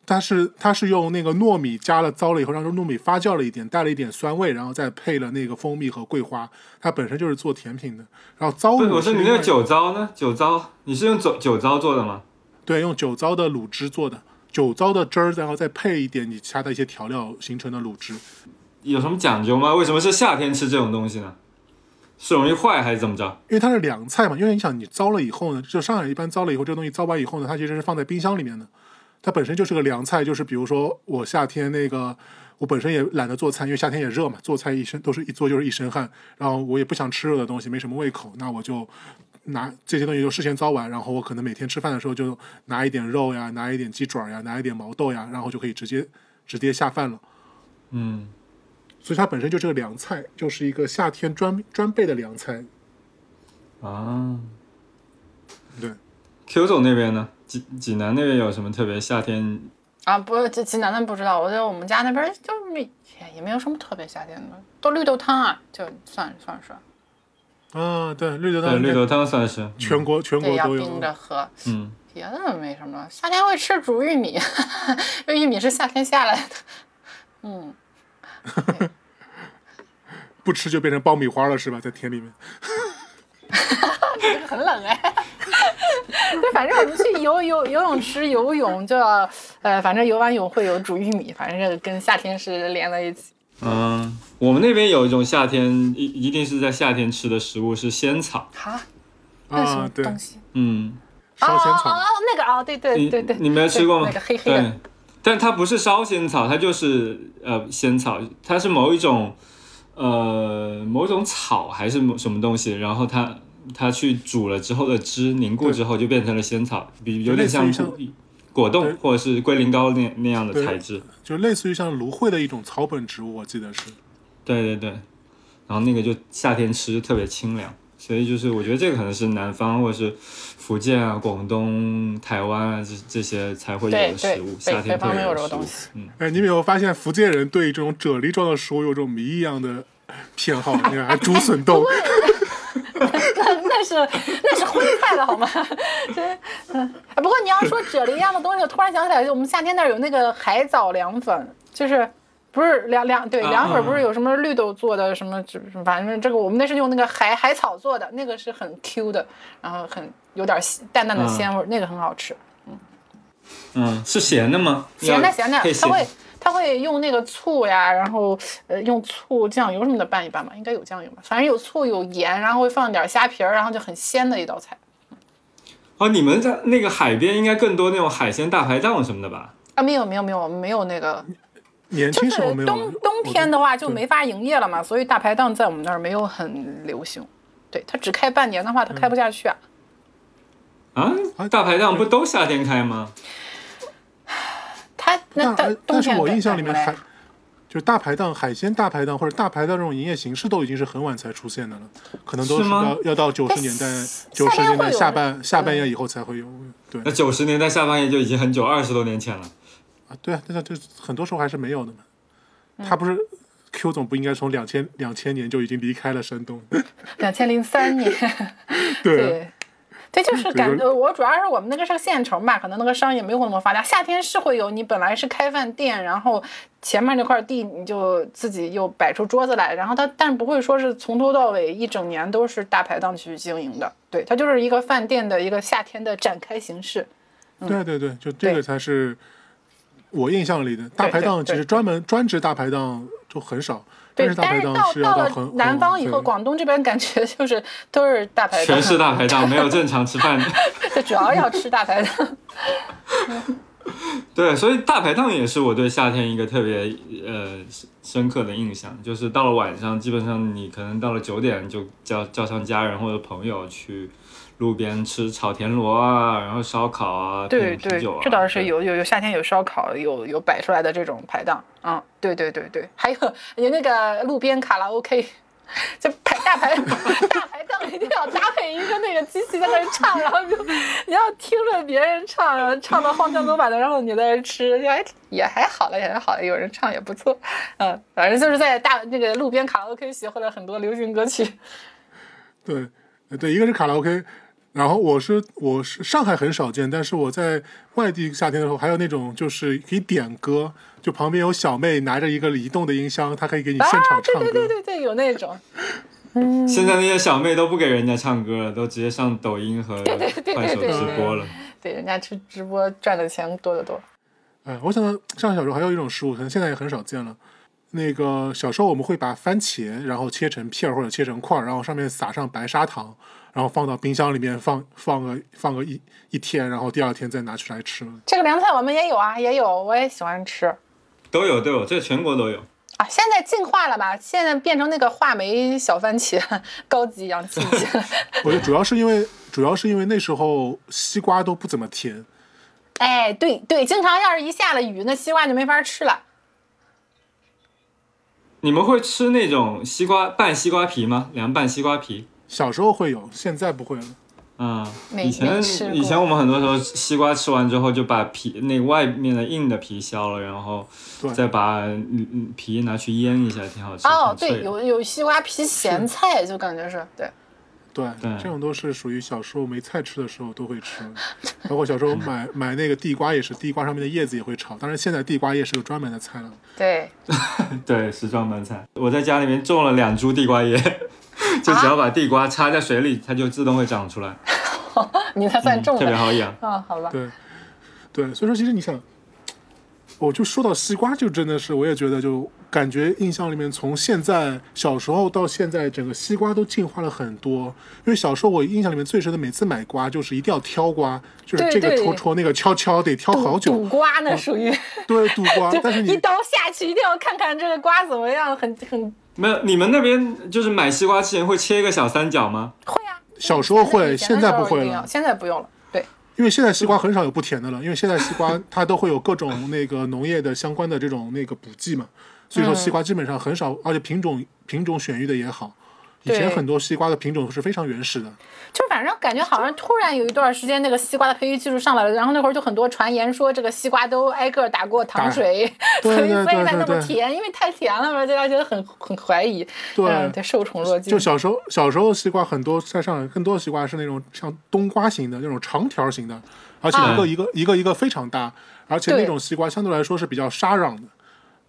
[SPEAKER 3] 它是它是用那个糯米加了糟了以后，让糯米发酵了一点，带了一点酸味，然后再配了那个蜂蜜和桂花，它本身就是做甜品的。然后糟
[SPEAKER 2] 不是？
[SPEAKER 3] 卤
[SPEAKER 2] 我
[SPEAKER 3] 是
[SPEAKER 2] 说你
[SPEAKER 3] 另
[SPEAKER 2] 那
[SPEAKER 3] 外
[SPEAKER 2] 个酒糟呢？酒糟，你是用酒酒糟做的吗？
[SPEAKER 3] 对，用酒糟的卤汁做的，酒糟的汁儿，然后再配一点你其他的一些调料形成的卤汁。
[SPEAKER 2] 有什么讲究吗？为什么是夏天吃这种东西呢？是容易坏还是怎么着？
[SPEAKER 3] 因为它是凉菜嘛，因为你想你糟了以后呢，就上海一般糟了以后，这个东西糟完以后呢，它其实是放在冰箱里面的，它本身就是个凉菜，就是比如说我夏天那个，我本身也懒得做菜，因为夏天也热嘛，做菜一身都是一做就是一身汗，然后我也不想吃热的东西，没什么胃口，那我就拿这些东西就事先糟完，然后我可能每天吃饭的时候就拿一点肉呀，拿一点鸡爪呀，拿一点毛豆呀，然后就可以直接直接下饭了。
[SPEAKER 2] 嗯，
[SPEAKER 3] 所以它本身就是个凉菜，就是一个夏天专专备的凉菜。
[SPEAKER 2] 啊
[SPEAKER 3] 对，
[SPEAKER 2] ，Q 总那边呢？济济南那边有什么特别夏天？
[SPEAKER 4] 啊，不是，这济南的不知道，我觉得我们家那边就没也也没有什么特别夏天的，都绿豆汤啊，就算算是，
[SPEAKER 3] 啊，对，绿豆
[SPEAKER 2] 对，
[SPEAKER 3] 汤，
[SPEAKER 2] 呃绿豆汤算是。嗯
[SPEAKER 3] 全国全
[SPEAKER 4] 对，
[SPEAKER 3] 国
[SPEAKER 4] 要
[SPEAKER 3] 都
[SPEAKER 4] 冰
[SPEAKER 3] 有。
[SPEAKER 4] 着喝，
[SPEAKER 2] 嗯，
[SPEAKER 4] 别的没什么。夏天会吃煮玉米， 因为玉米是夏天下来的。嗯，
[SPEAKER 3] 不吃就变成爆米花了是吧？在田里面，
[SPEAKER 4] 这个很冷哎。 对，反正我们去游游游泳池游泳就要，呃，反正游完泳会有煮玉米，反正这个跟夏天是连在一起。
[SPEAKER 2] 嗯，我们那边有一种夏天一一定是在夏天吃的食物是仙草。
[SPEAKER 4] 哈，那什
[SPEAKER 3] 啊
[SPEAKER 4] 么，
[SPEAKER 3] 对，
[SPEAKER 4] 东西？
[SPEAKER 2] 嗯，
[SPEAKER 3] 烧仙
[SPEAKER 4] 哦哦哦
[SPEAKER 3] 草，，
[SPEAKER 4] 那个哦，对对
[SPEAKER 2] 你
[SPEAKER 4] 对对，
[SPEAKER 2] 你没有吃过吗？
[SPEAKER 4] 对那个黑黑的
[SPEAKER 2] 对，但它不是烧仙草，它就是呃仙草，它是某一种呃某种草还是某什么东西，然后它它去煮了之后的汁凝固之后就变成了仙草，比有点像
[SPEAKER 3] 类似于像
[SPEAKER 2] 果冻
[SPEAKER 3] 对
[SPEAKER 2] 或者是龟苓膏那那样的
[SPEAKER 3] 对
[SPEAKER 2] 材质。
[SPEAKER 3] 就类似于像芦荟的一种草本植物，我记得是。
[SPEAKER 2] 对对对，然后那个就夏天吃特别清凉，所以就是我觉得这个可能是南方或者是福建啊、广东、台湾啊这这些才会有
[SPEAKER 4] 对
[SPEAKER 2] 的
[SPEAKER 4] 对
[SPEAKER 2] 食物，
[SPEAKER 4] 北
[SPEAKER 2] 夏天
[SPEAKER 4] 北方
[SPEAKER 2] 特
[SPEAKER 4] 没
[SPEAKER 2] 别
[SPEAKER 4] 有
[SPEAKER 2] 的
[SPEAKER 4] 这个
[SPEAKER 2] 食物
[SPEAKER 4] 东西。
[SPEAKER 2] 嗯，
[SPEAKER 3] 哎，你有没有发现福建人对这种啫喱状的食物有种迷一样的 偏好？你看，还竹 笋冻，
[SPEAKER 4] 那 那是那是荤菜了好吗？ 真嗯，哎不过你要说啫喱一样的东西，我突然想起来，就我们夏天那儿有那个海藻凉粉，就是不是凉凉对
[SPEAKER 2] 啊
[SPEAKER 4] 凉粉不是有什么绿豆做的什么什么，反正这个我们那是用那个海海草做的，那个是很 Q 的，然后很有点鲜淡淡的
[SPEAKER 2] 嗯
[SPEAKER 4] 鲜味儿，那个很好吃。
[SPEAKER 2] 嗯，是咸的吗？
[SPEAKER 4] 咸的
[SPEAKER 2] 要
[SPEAKER 4] 咸的
[SPEAKER 2] 配，
[SPEAKER 4] 他
[SPEAKER 2] 咸
[SPEAKER 4] 会他会用那个醋呀，然后呃用醋、酱油什么的拌一拌吧，应该有酱油吧，反正有醋有盐，然后会放点虾皮儿，然后就很鲜的一道菜
[SPEAKER 2] 哦，你们在那个海边应该更多那种海鲜大排档什么的吧？
[SPEAKER 4] 啊。没有没有没有，我们没有那个，
[SPEAKER 3] 嗯年
[SPEAKER 4] 就
[SPEAKER 3] 轻
[SPEAKER 4] 是
[SPEAKER 3] 时候没有。啊
[SPEAKER 4] 冬冬天的话就没法营业了嘛，所以大排档在我们那儿没有很流行。对，它只开半年的话，它开
[SPEAKER 3] 嗯
[SPEAKER 4] 不下去啊。
[SPEAKER 2] 啊，大排档不都夏天开吗？
[SPEAKER 4] 它那
[SPEAKER 3] 但但
[SPEAKER 4] 它冬
[SPEAKER 3] 哎但是
[SPEAKER 4] 天
[SPEAKER 3] 我
[SPEAKER 4] 干
[SPEAKER 3] 印象
[SPEAKER 4] 干
[SPEAKER 3] 里
[SPEAKER 4] 什
[SPEAKER 3] 面
[SPEAKER 4] 么嘞
[SPEAKER 3] 海，就大排档、海鲜大排档或者大排档这种营业形式都已经是很晚才出现的了，可能都
[SPEAKER 2] 是
[SPEAKER 3] 是
[SPEAKER 2] 吗
[SPEAKER 3] 要要到九十年代九十
[SPEAKER 4] 夏天
[SPEAKER 3] 年代
[SPEAKER 4] 会有
[SPEAKER 3] 下
[SPEAKER 4] 的
[SPEAKER 3] 半下半夜以后才会有。对
[SPEAKER 2] 那九十年代下半叶就已经很久，二十多年前了。
[SPEAKER 4] 嗯
[SPEAKER 3] 啊，对啊，那就很多时候还是没有的嘛。它不是 Q Q 总不应该从两千两千年就已经离开了山 东。啊
[SPEAKER 4] 两千零三年，
[SPEAKER 3] 对，嗯
[SPEAKER 4] 对，对，就是感呃，我主要是我们那个是个县城吧，可能那个商业没有那么发达。夏天是会有，你本来是开饭店，然后前面那块地你就自己又摆出桌子来，然后它但不会说是从头到尾一整年都是大排档去经营的，对，它就是一个饭店的一个夏天的展开形式。
[SPEAKER 3] 对啊对对，就这个
[SPEAKER 4] 嗯对
[SPEAKER 3] 才是我印象里的大
[SPEAKER 4] 对
[SPEAKER 3] 排
[SPEAKER 4] 对
[SPEAKER 3] 档，其
[SPEAKER 4] 对
[SPEAKER 3] 实
[SPEAKER 4] 对
[SPEAKER 3] 专门专职大排档就很少，专
[SPEAKER 4] 对
[SPEAKER 3] 职，大
[SPEAKER 4] 但
[SPEAKER 3] 排
[SPEAKER 4] 是
[SPEAKER 3] 档
[SPEAKER 4] 到
[SPEAKER 3] 是要
[SPEAKER 4] 到了
[SPEAKER 3] 很
[SPEAKER 4] 南方以后，
[SPEAKER 3] 很
[SPEAKER 4] 广东这边感觉就是都是大排档
[SPEAKER 2] 全，是大排档，没有正常吃饭的。
[SPEAKER 4] 就主要要吃大排档。
[SPEAKER 2] 对，所以大排档也是我对夏天一个特别呃深深刻的印象，就是到了晚上，基本上你可能到了九点就叫叫上家人或者朋友去路边吃炒田螺啊，然后烧烤啊，
[SPEAKER 4] 对
[SPEAKER 2] 配啤
[SPEAKER 4] 对
[SPEAKER 2] 酒啊，，
[SPEAKER 4] 这倒是有有有夏天有烧烤，有有摆出来的这种排档，嗯，对对对对，还有有那个路边卡拉 OK，就排大排大排档一定要搭配一个那个机器在那儿唱，然后就你要听着别人唱，然后唱到荒腔走板的，然后你在那儿吃，就还也还好了，也还好了，有人唱也不错，嗯，反正就是在大那个路边卡拉 OK 学会了很多流行歌曲，
[SPEAKER 3] 对对对，一个是卡拉 OK，然后我是我是上海很少见，但是我在外地夏天的时候，还有那种就是可以点歌，就旁边有小妹拿着一个移动的音箱，她可以给你现
[SPEAKER 4] 啊
[SPEAKER 3] 场，
[SPEAKER 4] 对
[SPEAKER 3] 唱歌。
[SPEAKER 4] 对对对对，有那种，嗯
[SPEAKER 2] 现在那些小妹都不给人家唱歌了，都直接上抖音和
[SPEAKER 4] 对对对对
[SPEAKER 2] 快手
[SPEAKER 4] 对
[SPEAKER 2] 直播了。
[SPEAKER 4] 对，人家去直播赚的钱多得多。
[SPEAKER 3] 哎，我想到上小时候还有一种食物，可能现在也很少见了。那个小时候我们会把番茄，然后切成片儿或者切成块儿，然后上面撒上白砂糖，然后放到冰箱里面放放个放个一一天，然后第二天再拿出来吃。
[SPEAKER 4] 这个凉菜我们也有啊，也有，我也喜欢吃
[SPEAKER 2] 都有都有，这全国都有。
[SPEAKER 4] 啊。现在进化了吧？现在变成那个话梅小番茄，高级洋气一些。
[SPEAKER 3] 我觉得主要是因为主要是因为那时候西瓜都不怎么甜，
[SPEAKER 4] 哎，对对，经常要是一下了雨，那西瓜就没法吃了。
[SPEAKER 2] 你们会吃那种西瓜拌西瓜皮吗？凉拌西瓜皮？
[SPEAKER 3] 小时候会有，现在不会了。
[SPEAKER 2] 啊、
[SPEAKER 4] 没
[SPEAKER 2] 以前
[SPEAKER 4] 没吃过
[SPEAKER 2] 以前我们很多时候西瓜吃完之后就把皮那个外面的硬的皮削了，然后
[SPEAKER 3] 对
[SPEAKER 2] 再把嗯嗯皮拿去腌一下，挺好吃。
[SPEAKER 4] 哦，
[SPEAKER 2] 挺脆
[SPEAKER 4] 对，
[SPEAKER 2] 的
[SPEAKER 4] 有有西瓜皮咸菜，就感觉是对。
[SPEAKER 3] 对，
[SPEAKER 2] 对
[SPEAKER 3] 这种都是属于小时候没菜吃的时候都会吃，包括小时候买买那个地瓜也是，地瓜上面的叶子也会炒，当然现在地瓜叶是个专门的菜了。
[SPEAKER 4] 对，
[SPEAKER 2] 对是专门菜。我在家里面种了两株地瓜叶， 就
[SPEAKER 4] 啊
[SPEAKER 2] 只要把地瓜插在水里，它就自动会长出 来，嗯
[SPEAKER 4] 你才
[SPEAKER 3] 嗯
[SPEAKER 4] 算种
[SPEAKER 2] 特别
[SPEAKER 4] 的。
[SPEAKER 2] 好 养。
[SPEAKER 4] 啊、好吧。
[SPEAKER 3] 对，对，所以说其实你想，我就说到西瓜，就真的是我也觉得就感觉印象里面，从现在小时候到现在，整个西瓜都进化了很多。因为小时候我印象里面最深的，每次买瓜就是一定要挑瓜，就是
[SPEAKER 4] 对
[SPEAKER 3] 这个
[SPEAKER 4] 对
[SPEAKER 3] 戳戳，那个敲敲，得挑好
[SPEAKER 4] 赌
[SPEAKER 3] 久。
[SPEAKER 4] 瓜呢，属于
[SPEAKER 3] 对，赌瓜嗯
[SPEAKER 4] 就，
[SPEAKER 3] 啊但是
[SPEAKER 4] 一
[SPEAKER 3] 你
[SPEAKER 4] 刀下去，一定要看看这个瓜怎么样，很很
[SPEAKER 2] 没有，你们那边就是买西瓜之前会切一个小三角 吗？
[SPEAKER 4] 会啊。
[SPEAKER 3] 小时候会，
[SPEAKER 4] 以前
[SPEAKER 3] 现
[SPEAKER 4] 的
[SPEAKER 3] 在
[SPEAKER 4] 时
[SPEAKER 3] 不
[SPEAKER 4] 候
[SPEAKER 3] 会
[SPEAKER 4] 一定
[SPEAKER 3] 了
[SPEAKER 4] 要，。现在不用了。对，
[SPEAKER 3] 因为现在西瓜很少有不甜的了，因为现在西 瓜它都会有各种那个农业的相关的这种那个补剂嘛，所
[SPEAKER 4] 嗯
[SPEAKER 3] 以说西瓜基本上很少，而且品种品种选育的也好。以前
[SPEAKER 4] 对
[SPEAKER 3] 很多西瓜的品种是非常原始的，
[SPEAKER 4] 就反正感觉好像突然有一段时间，那个西瓜的培育技术上来了，然后那会儿就很多传言说这个西瓜都挨个打过糖水，所
[SPEAKER 3] 对
[SPEAKER 4] 以
[SPEAKER 3] 对
[SPEAKER 4] 所以才
[SPEAKER 3] 对
[SPEAKER 4] 那
[SPEAKER 3] 对
[SPEAKER 4] 么
[SPEAKER 3] 对
[SPEAKER 4] 甜，因为太甜了嘛，大家觉得很很怀疑，
[SPEAKER 3] 对
[SPEAKER 4] 嗯，对，受宠若惊，
[SPEAKER 3] 就小时候小时候西瓜很多，在上海更多的西瓜是那种像冬瓜型的那种长条型的，而且一个
[SPEAKER 2] 啊
[SPEAKER 3] 一个、一个一个非常大，而且那
[SPEAKER 4] 嗯对
[SPEAKER 3] 种西瓜相对来说是比较沙瓤的，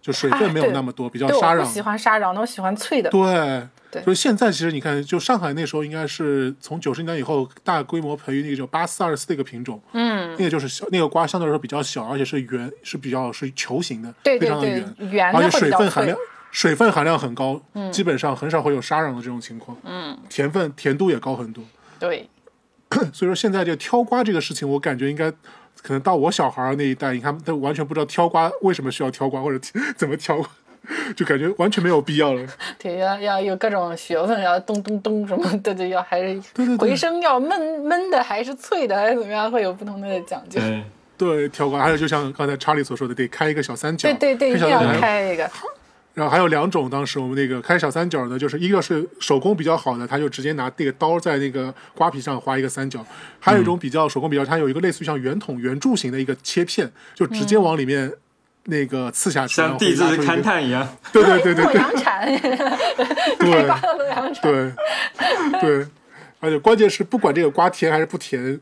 [SPEAKER 3] 就水
[SPEAKER 4] 啊
[SPEAKER 3] 分没有
[SPEAKER 4] 对
[SPEAKER 3] 那么多，比较
[SPEAKER 4] 对，
[SPEAKER 3] 沙
[SPEAKER 4] 我
[SPEAKER 3] 瓤
[SPEAKER 4] 不。喜欢沙瓤的，我喜欢脆的，
[SPEAKER 3] 对，
[SPEAKER 4] 对
[SPEAKER 3] 所以现在其实你看，就上海那时候应该是从九十年代以后大规模培育那个叫八四二四那个品种，嗯，那个就是小那个瓜相对来说比较小，而且是圆，是比较是球形的，
[SPEAKER 4] 对
[SPEAKER 3] 非
[SPEAKER 4] 对
[SPEAKER 3] 常的
[SPEAKER 4] 对
[SPEAKER 3] 圆，，
[SPEAKER 4] 圆的
[SPEAKER 3] 而且
[SPEAKER 4] 会比
[SPEAKER 3] 水
[SPEAKER 4] 较
[SPEAKER 3] 分含
[SPEAKER 4] 脆嗯
[SPEAKER 3] 量。水分含量很高，基本上很少会有沙瓤的这种情况，嗯，甜分甜度也高很多，
[SPEAKER 4] 对，
[SPEAKER 3] 所以说现在这个挑瓜这个事情，我感觉应该可能到我小孩儿那一代，你看他完全不知道挑瓜为什么需要挑瓜或者 怎么挑，就感觉完全没有必要了。
[SPEAKER 4] 对，要要有各种学问，要咚咚咚什么的，对，要还是
[SPEAKER 3] 对对对
[SPEAKER 4] 回声要闷闷的，还是脆的，还是怎么样，会有不同的讲
[SPEAKER 3] 呃
[SPEAKER 4] 究。
[SPEAKER 2] 对，
[SPEAKER 3] 对，挑瓜，还有就像刚才查理所说的，得开一个小三角，
[SPEAKER 4] 对对对，一
[SPEAKER 3] 开小
[SPEAKER 4] 定
[SPEAKER 3] 三
[SPEAKER 4] 要
[SPEAKER 3] 角。
[SPEAKER 4] 开一个。
[SPEAKER 3] 然后还有两种，当时我们那个开小三角的，就是一个是手工比较好的，他就直接拿那个刀在那个瓜皮上划一个三角；还有一种比较手工比较，它有一个类似于像圆筒圆柱形的一个切片，就直接往里面那个刺下去，然
[SPEAKER 2] 像
[SPEAKER 3] 后
[SPEAKER 2] 地质
[SPEAKER 3] 拉出一个
[SPEAKER 2] 勘，探一样。
[SPEAKER 3] 对对对对
[SPEAKER 4] 洛
[SPEAKER 3] 对
[SPEAKER 4] 阳铲， 开
[SPEAKER 3] 对
[SPEAKER 4] 挂的洛阳铲，
[SPEAKER 3] 对对，而且关键是不管这个瓜甜还是不甜，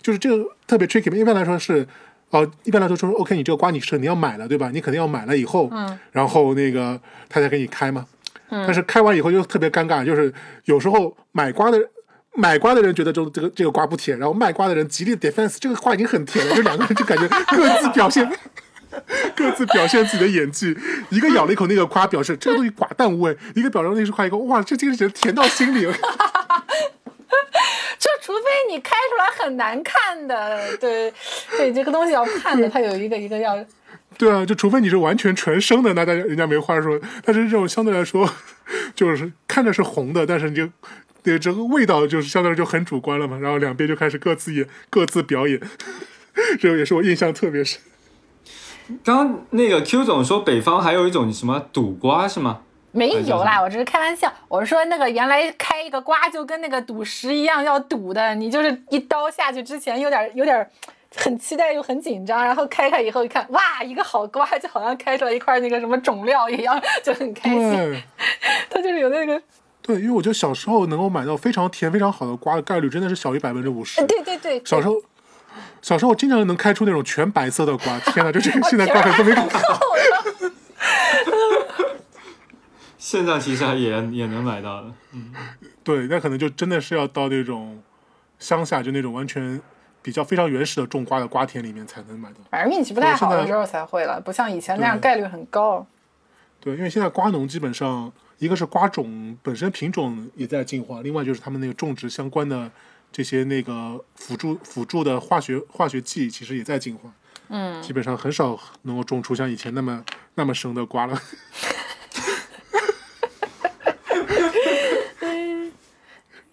[SPEAKER 3] 就是这个特别 tricky。一般来说是，哦，一般来说说 OK，你这个瓜你是你要买了对吧？你肯定要买了以后，然后那个他才给你开嘛。但是开完以后就特别尴尬，就是有时候买瓜的买瓜的人觉得这这个这个瓜不甜，然后卖瓜的人极力 defense 这个瓜已经很甜了，就两个人就感觉各自表现各自表现自己的演技，一个咬了一口那个瓜，表示这个东西寡淡无味；一个表示那是夸一个哇，这这个人甜到心里了。
[SPEAKER 4] 就除非你开出来很难看的，对对，这个东西要看的，它有一个一个要，
[SPEAKER 3] 对啊，就除非你是完全纯生的，那大家人家没话说。但是这种相对来说，就是看着是红的，但是你就对这个味道就是相对来说就很主观了嘛。然后两边就开始各自演、各自表演，这个也是我印象特别深。
[SPEAKER 2] 刚刚那个 Q 总说北方还有一种什么赌瓜是吗？
[SPEAKER 4] 没
[SPEAKER 2] 哎
[SPEAKER 4] 有
[SPEAKER 2] 叫
[SPEAKER 4] 啦，
[SPEAKER 2] 什
[SPEAKER 4] 我只是开玩笑。我是说那个原来开一个瓜就跟那个赌石一样要赌的，你就是一刀下去之前有点有点很期待又很紧张，然后开开以后一看，哇，一个好瓜，就好像开出来一块那个什么种料一样，就很开心。
[SPEAKER 3] 对。
[SPEAKER 4] 它就是有那个，
[SPEAKER 3] 对，因为我觉得小时候能够买到非常甜、非常好的瓜的概率真的是小于百分之五十
[SPEAKER 4] 呃。对对对，
[SPEAKER 3] 小时候，小时候经常能开出那种全白色的 瓜，天哪，啊这这个现在瓜还都没看过。
[SPEAKER 2] 线上其实还也也能买到的。
[SPEAKER 3] 对，那可能就真的是要到那种乡下，就那种完全比较非常原始的种瓜的瓜田里面才能买到。
[SPEAKER 4] 反正运气不太好
[SPEAKER 3] 我现
[SPEAKER 4] 的
[SPEAKER 3] 在
[SPEAKER 4] 时候才会了，不像以前那样
[SPEAKER 3] 对
[SPEAKER 4] 概率很高。
[SPEAKER 3] 对，因为现在瓜农基本上一个是瓜种本身品种也在进化，另外就是他们那个种植相关的这些那个辅助辅助的化学化学剂其实也在进化。嗯，基本上很少能够种出像以前那么那么生的瓜了。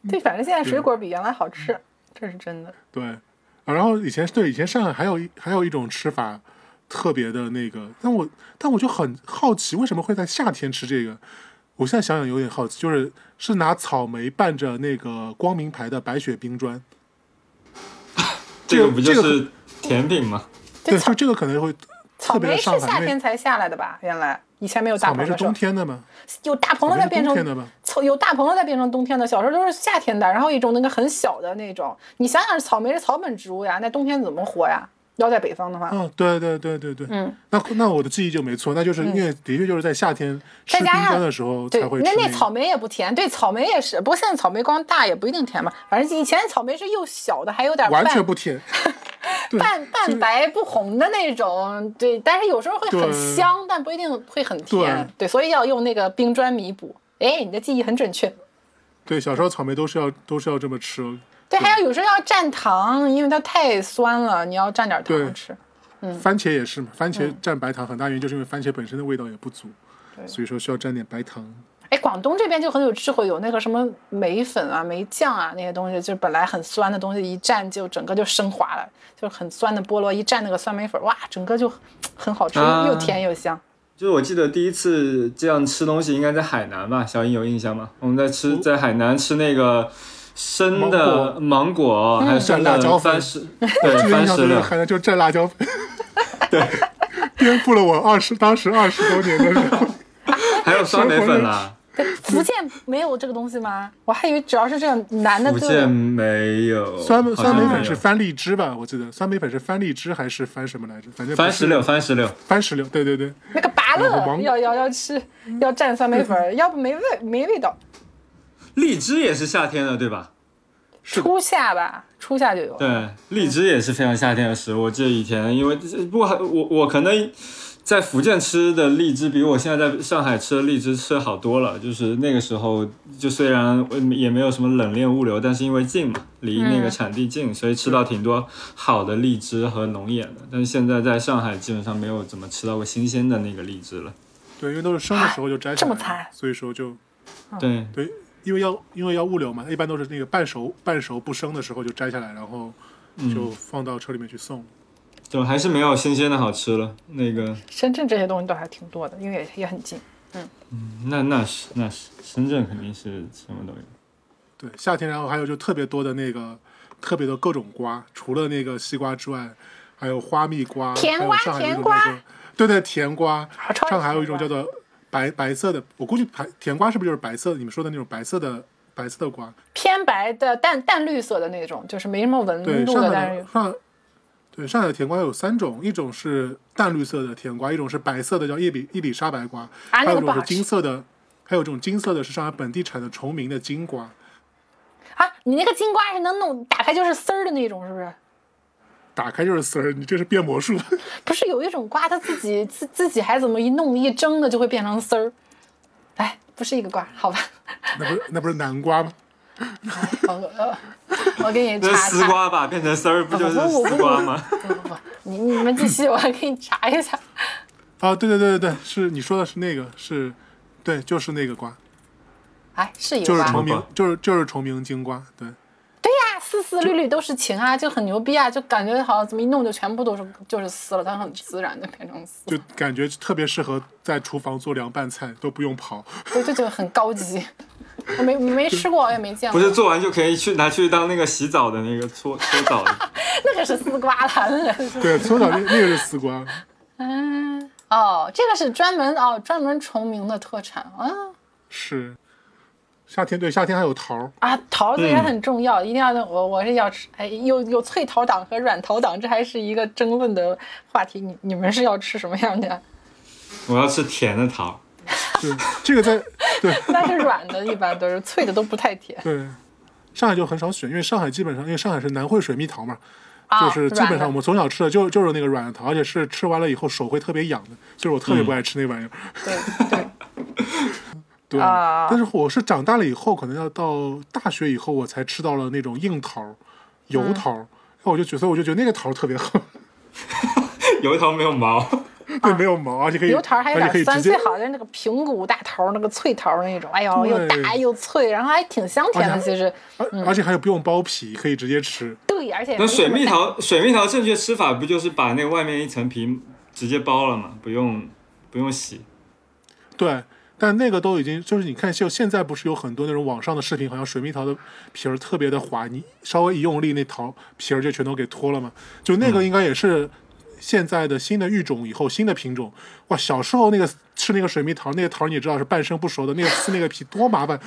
[SPEAKER 4] 对，反正现在水果比原来好
[SPEAKER 3] 嗯
[SPEAKER 4] 吃，这是真的。
[SPEAKER 3] 对，啊然后以前对以前上海还有一还有一种吃法，特别的那个，但我但我就很好奇，为什么会在夏天吃这个？我现在想想有点好奇，就是是拿草莓拌着那个光明牌的白雪冰砖，
[SPEAKER 2] 这
[SPEAKER 3] 个
[SPEAKER 2] 个不就
[SPEAKER 3] 这个
[SPEAKER 2] 是甜品吗？
[SPEAKER 3] 对，就这个可能会
[SPEAKER 4] 草
[SPEAKER 3] 特别
[SPEAKER 4] 莓
[SPEAKER 3] 的
[SPEAKER 4] 是
[SPEAKER 3] 上
[SPEAKER 4] 夏
[SPEAKER 3] 海，因
[SPEAKER 4] 天
[SPEAKER 3] 为
[SPEAKER 4] 才下来的吧？原来以前没有大
[SPEAKER 3] 草
[SPEAKER 4] 棚
[SPEAKER 3] 莓是
[SPEAKER 4] 的时嗯候
[SPEAKER 3] 冬，天的嘛，
[SPEAKER 4] 有大棚了才变
[SPEAKER 3] 草
[SPEAKER 4] 成
[SPEAKER 3] 莓是冬天的吧
[SPEAKER 4] 草有大棚了才变成冬天的，小时候都是夏天的，然后一种那个很小的那种。你想想，草莓是草本植物呀，那冬天怎么活呀？要在北方的话，
[SPEAKER 3] 嗯，对对对对对，
[SPEAKER 4] 嗯，
[SPEAKER 3] 那那我的记忆就没错，那就是因为的确就是在夏天吃
[SPEAKER 4] 再
[SPEAKER 3] 冰
[SPEAKER 4] 加上
[SPEAKER 3] 砖的时候
[SPEAKER 4] 对
[SPEAKER 3] 才会，吃
[SPEAKER 4] 那那
[SPEAKER 3] 个
[SPEAKER 4] 草莓也不甜，对，草莓也是。不过现在草莓光大也不一定甜嘛，反正以前草莓是又小的，还有点
[SPEAKER 3] 完全
[SPEAKER 4] 半
[SPEAKER 3] 不甜，对
[SPEAKER 4] 半
[SPEAKER 3] 就
[SPEAKER 4] 半
[SPEAKER 3] 是
[SPEAKER 4] 白不红的那种，对，但是有时候会很
[SPEAKER 3] 对
[SPEAKER 4] 香，但不一定会很甜，对，所以要用那个冰砖弥补。哎，你的记忆很准确。
[SPEAKER 3] 对，小时候草莓都是要都是要这么吃，哦
[SPEAKER 4] 对，还有有时候要蘸糖，因为它太酸了，你要蘸点
[SPEAKER 3] 对
[SPEAKER 4] 糖吃。
[SPEAKER 3] 番茄也是嘛，番
[SPEAKER 4] 嗯
[SPEAKER 3] 茄蘸白糖很大原因就是因为番茄本身的味道也不足，所以说需要蘸点白糖。
[SPEAKER 4] 哎，广东这边就很有智慧，有那个什么梅粉啊、梅酱啊那些东西，就本来很酸的东西，一蘸就整个就升华了，就是很酸的菠萝，一蘸那个酸梅粉，哇，整个就很好吃，
[SPEAKER 2] 啊
[SPEAKER 4] 又甜又香。
[SPEAKER 2] 就是我记得第一次这样吃东西应该在海南吧，小英有印象吗？我们在吃在海南吃那个生的芒果，嗯还有生
[SPEAKER 3] 蘸辣椒
[SPEAKER 2] 的
[SPEAKER 3] 粉
[SPEAKER 2] 番 石，对
[SPEAKER 3] 这个印
[SPEAKER 2] 番
[SPEAKER 3] 象
[SPEAKER 2] 石
[SPEAKER 3] 最
[SPEAKER 2] 榴
[SPEAKER 3] 深，海南就蘸辣椒粉，对， 颠覆了我二十当时二十多年的时候。
[SPEAKER 2] 还有酸梅粉啦。
[SPEAKER 4] 对，福建没有这个东西吗？我还以为只要是这样男的
[SPEAKER 2] 福
[SPEAKER 4] 就
[SPEAKER 2] 建没有
[SPEAKER 3] 酸
[SPEAKER 2] 好像
[SPEAKER 3] 酸梅
[SPEAKER 2] 没
[SPEAKER 3] 粉
[SPEAKER 2] 有
[SPEAKER 3] 是番荔枝吧？我记得酸梅粉是番荔枝还是番什么来着？反正不
[SPEAKER 2] 番
[SPEAKER 3] 是
[SPEAKER 2] 石榴，，番石榴。
[SPEAKER 3] 番石榴，对对对
[SPEAKER 4] 那个芭
[SPEAKER 3] 然后
[SPEAKER 4] 乐
[SPEAKER 3] 芒
[SPEAKER 4] 要要要吃，要蘸酸梅粉儿，要不没味没味道。
[SPEAKER 2] 荔枝也是夏天的，对吧？
[SPEAKER 3] 是的
[SPEAKER 4] 初夏吧，初夏就有。
[SPEAKER 2] 对，荔枝也是非常夏天的食物。我记得以前，因为不过还我我可能在福建吃的荔枝比我现在在上海吃的荔枝吃的好多了。就是那个时候，就虽然也没有什么冷链物流，但是因为近嘛，离那个产地近，所以吃到挺多好的荔枝和龙眼的。但是现在在上海基本上没有怎么吃到过新鲜的那个荔枝了。
[SPEAKER 3] 对，因为都是生的时候就摘
[SPEAKER 4] 这
[SPEAKER 3] 下
[SPEAKER 4] 么
[SPEAKER 3] 来
[SPEAKER 4] 惨
[SPEAKER 3] 了，所以说就
[SPEAKER 2] 对，
[SPEAKER 3] 对，因为要因为要物流嘛，一般都是那个半熟半熟不生的时候就摘下来，然后
[SPEAKER 2] 嗯
[SPEAKER 3] 就放到车里面去送。
[SPEAKER 2] 就还是没有新鲜的好吃了。那个，
[SPEAKER 4] 深圳这些东西倒还挺多的，因为也也很近。
[SPEAKER 2] 那那是那是深圳肯定是什么都有。
[SPEAKER 3] 对，夏天然后还有就特别多的那个特别多各种瓜，除了那个西瓜之外，还有花蜜瓜，
[SPEAKER 4] 甜瓜
[SPEAKER 3] 还有上海有一种
[SPEAKER 4] 甜瓜
[SPEAKER 3] 叫做，对对，甜瓜
[SPEAKER 4] 好超。级
[SPEAKER 3] 上海还有一种
[SPEAKER 4] 甜
[SPEAKER 3] 叫做白白色的，我估计白甜瓜是不是就是白色的？你们说的那种白色的白色的瓜？
[SPEAKER 4] 偏白的淡淡绿色的那种，就是没什么
[SPEAKER 3] 对，
[SPEAKER 4] 纹路
[SPEAKER 3] 上海
[SPEAKER 4] 的，但
[SPEAKER 3] 的
[SPEAKER 4] 是
[SPEAKER 3] 上对上海的甜瓜有三种，一种是淡绿色的甜瓜，一种是白色的叫伊比伊比沙白瓜，
[SPEAKER 4] 啊那个
[SPEAKER 3] 还有一
[SPEAKER 4] 不
[SPEAKER 3] 种
[SPEAKER 4] 好
[SPEAKER 3] 是
[SPEAKER 4] 吃
[SPEAKER 3] 金色的，还有一种金色的是上海本地产的崇明的金瓜。
[SPEAKER 4] 啊，你那个金瓜是能弄打开就是丝儿的那种，是不是？
[SPEAKER 3] 打开就是丝儿，你这是变魔术。
[SPEAKER 4] 不是有一种瓜，它自己自自己还怎么一弄一蒸的就会变成丝儿？哎，不是一个瓜，好吧？
[SPEAKER 3] 那不是那不是南瓜吗？
[SPEAKER 4] 好恶呃我给你
[SPEAKER 2] 那
[SPEAKER 4] 查
[SPEAKER 2] 丝
[SPEAKER 4] 查。
[SPEAKER 2] 瓜吧，变成丝儿不就是
[SPEAKER 4] 不哦不不
[SPEAKER 2] 丝瓜吗？
[SPEAKER 4] 不不不，你你们继续，我给你查一下。
[SPEAKER 3] 啊，对对对对对，是你说的是那个是，对，就是那个瓜，
[SPEAKER 4] 哎，是一
[SPEAKER 3] 就
[SPEAKER 4] 个
[SPEAKER 3] 是
[SPEAKER 4] 瓜。
[SPEAKER 3] 崇
[SPEAKER 2] 瓜
[SPEAKER 3] 明，就是就是崇明金瓜，对，
[SPEAKER 4] 对呀、丝丝缕缕都是情啊，就很牛逼啊，就感觉好像怎么一弄就全部都是就是丝了，它很自然的变成丝，
[SPEAKER 3] 就感觉特别适合在厨房做凉拌菜，都不用刨。
[SPEAKER 4] 对，就就很高级。我没没吃过，我也没见
[SPEAKER 2] 不
[SPEAKER 4] 过。
[SPEAKER 2] 是做完就可以去拿去当那个洗澡的那个搓搓澡的。
[SPEAKER 4] 那个是丝瓜了，那个是。
[SPEAKER 3] 对，搓澡那那个是丝瓜，
[SPEAKER 4] 嗯，哦，这个是专门哦专门崇明的特产啊
[SPEAKER 3] 是夏天对夏天还有桃儿，
[SPEAKER 4] 啊，桃子也
[SPEAKER 3] 嗯
[SPEAKER 4] 很重要，一定要我我是要吃，哎，有有脆桃党和软桃党，这还是一个争论的话题。你你们是要吃什么样的？
[SPEAKER 2] 我要吃甜的桃，
[SPEAKER 3] 对，这个在对
[SPEAKER 4] 但是软的一般都是脆的都不太甜
[SPEAKER 3] 对，上海就很少选，因为上海基本上因为上海是南汇水蜜桃嘛，
[SPEAKER 4] 啊，
[SPEAKER 3] 就是基本
[SPEAKER 4] 软的
[SPEAKER 3] 上我们从小吃的就就是那个软糖，而且是吃完了以后手会特别痒的，所以我
[SPEAKER 4] 嗯
[SPEAKER 3] 特别不爱吃那玩意儿。
[SPEAKER 4] 对对。
[SPEAKER 3] 对，
[SPEAKER 4] 啊
[SPEAKER 3] 但是我是长大了以后，可能要到大学以后，我才吃到了那种硬桃儿、油桃儿，
[SPEAKER 4] 嗯
[SPEAKER 3] 然后我就觉得，所以我就觉得那个桃儿特别好，
[SPEAKER 4] 啊
[SPEAKER 2] 油桃没有毛。
[SPEAKER 4] 哎
[SPEAKER 3] 对，没有毛，而且可以，
[SPEAKER 4] 油桃还有
[SPEAKER 3] 而且可
[SPEAKER 4] 点
[SPEAKER 3] 以直
[SPEAKER 4] 酸，
[SPEAKER 3] 接
[SPEAKER 4] 最，好就是那个平谷大桃儿，那个脆桃儿那种，哎呦，又大
[SPEAKER 3] 对
[SPEAKER 4] 又脆，然后还挺香甜的。
[SPEAKER 3] 而且
[SPEAKER 4] 其实，
[SPEAKER 3] 而、而且还有不用剥皮，可以直接吃。
[SPEAKER 4] 对，而且也
[SPEAKER 2] 那
[SPEAKER 4] 没
[SPEAKER 2] 水
[SPEAKER 4] 什么
[SPEAKER 2] 蜜
[SPEAKER 4] 大
[SPEAKER 2] 桃，水蜜桃正确吃法不就是把那个外面一层皮直接剥了嘛，不用不用洗。
[SPEAKER 3] 对，但那个都已经就是你看，就现在不是有很多那种网上的视频，好像水蜜桃的皮儿特别的滑，你稍微一用力，那桃皮儿就全都给脱了嘛。就那
[SPEAKER 2] 嗯
[SPEAKER 3] 个应该也是现在的新的育种以后新的品种。哇，小时候那个吃那个水蜜桃，那个桃儿你也知道是半生不熟的，那个撕那个皮多麻烦。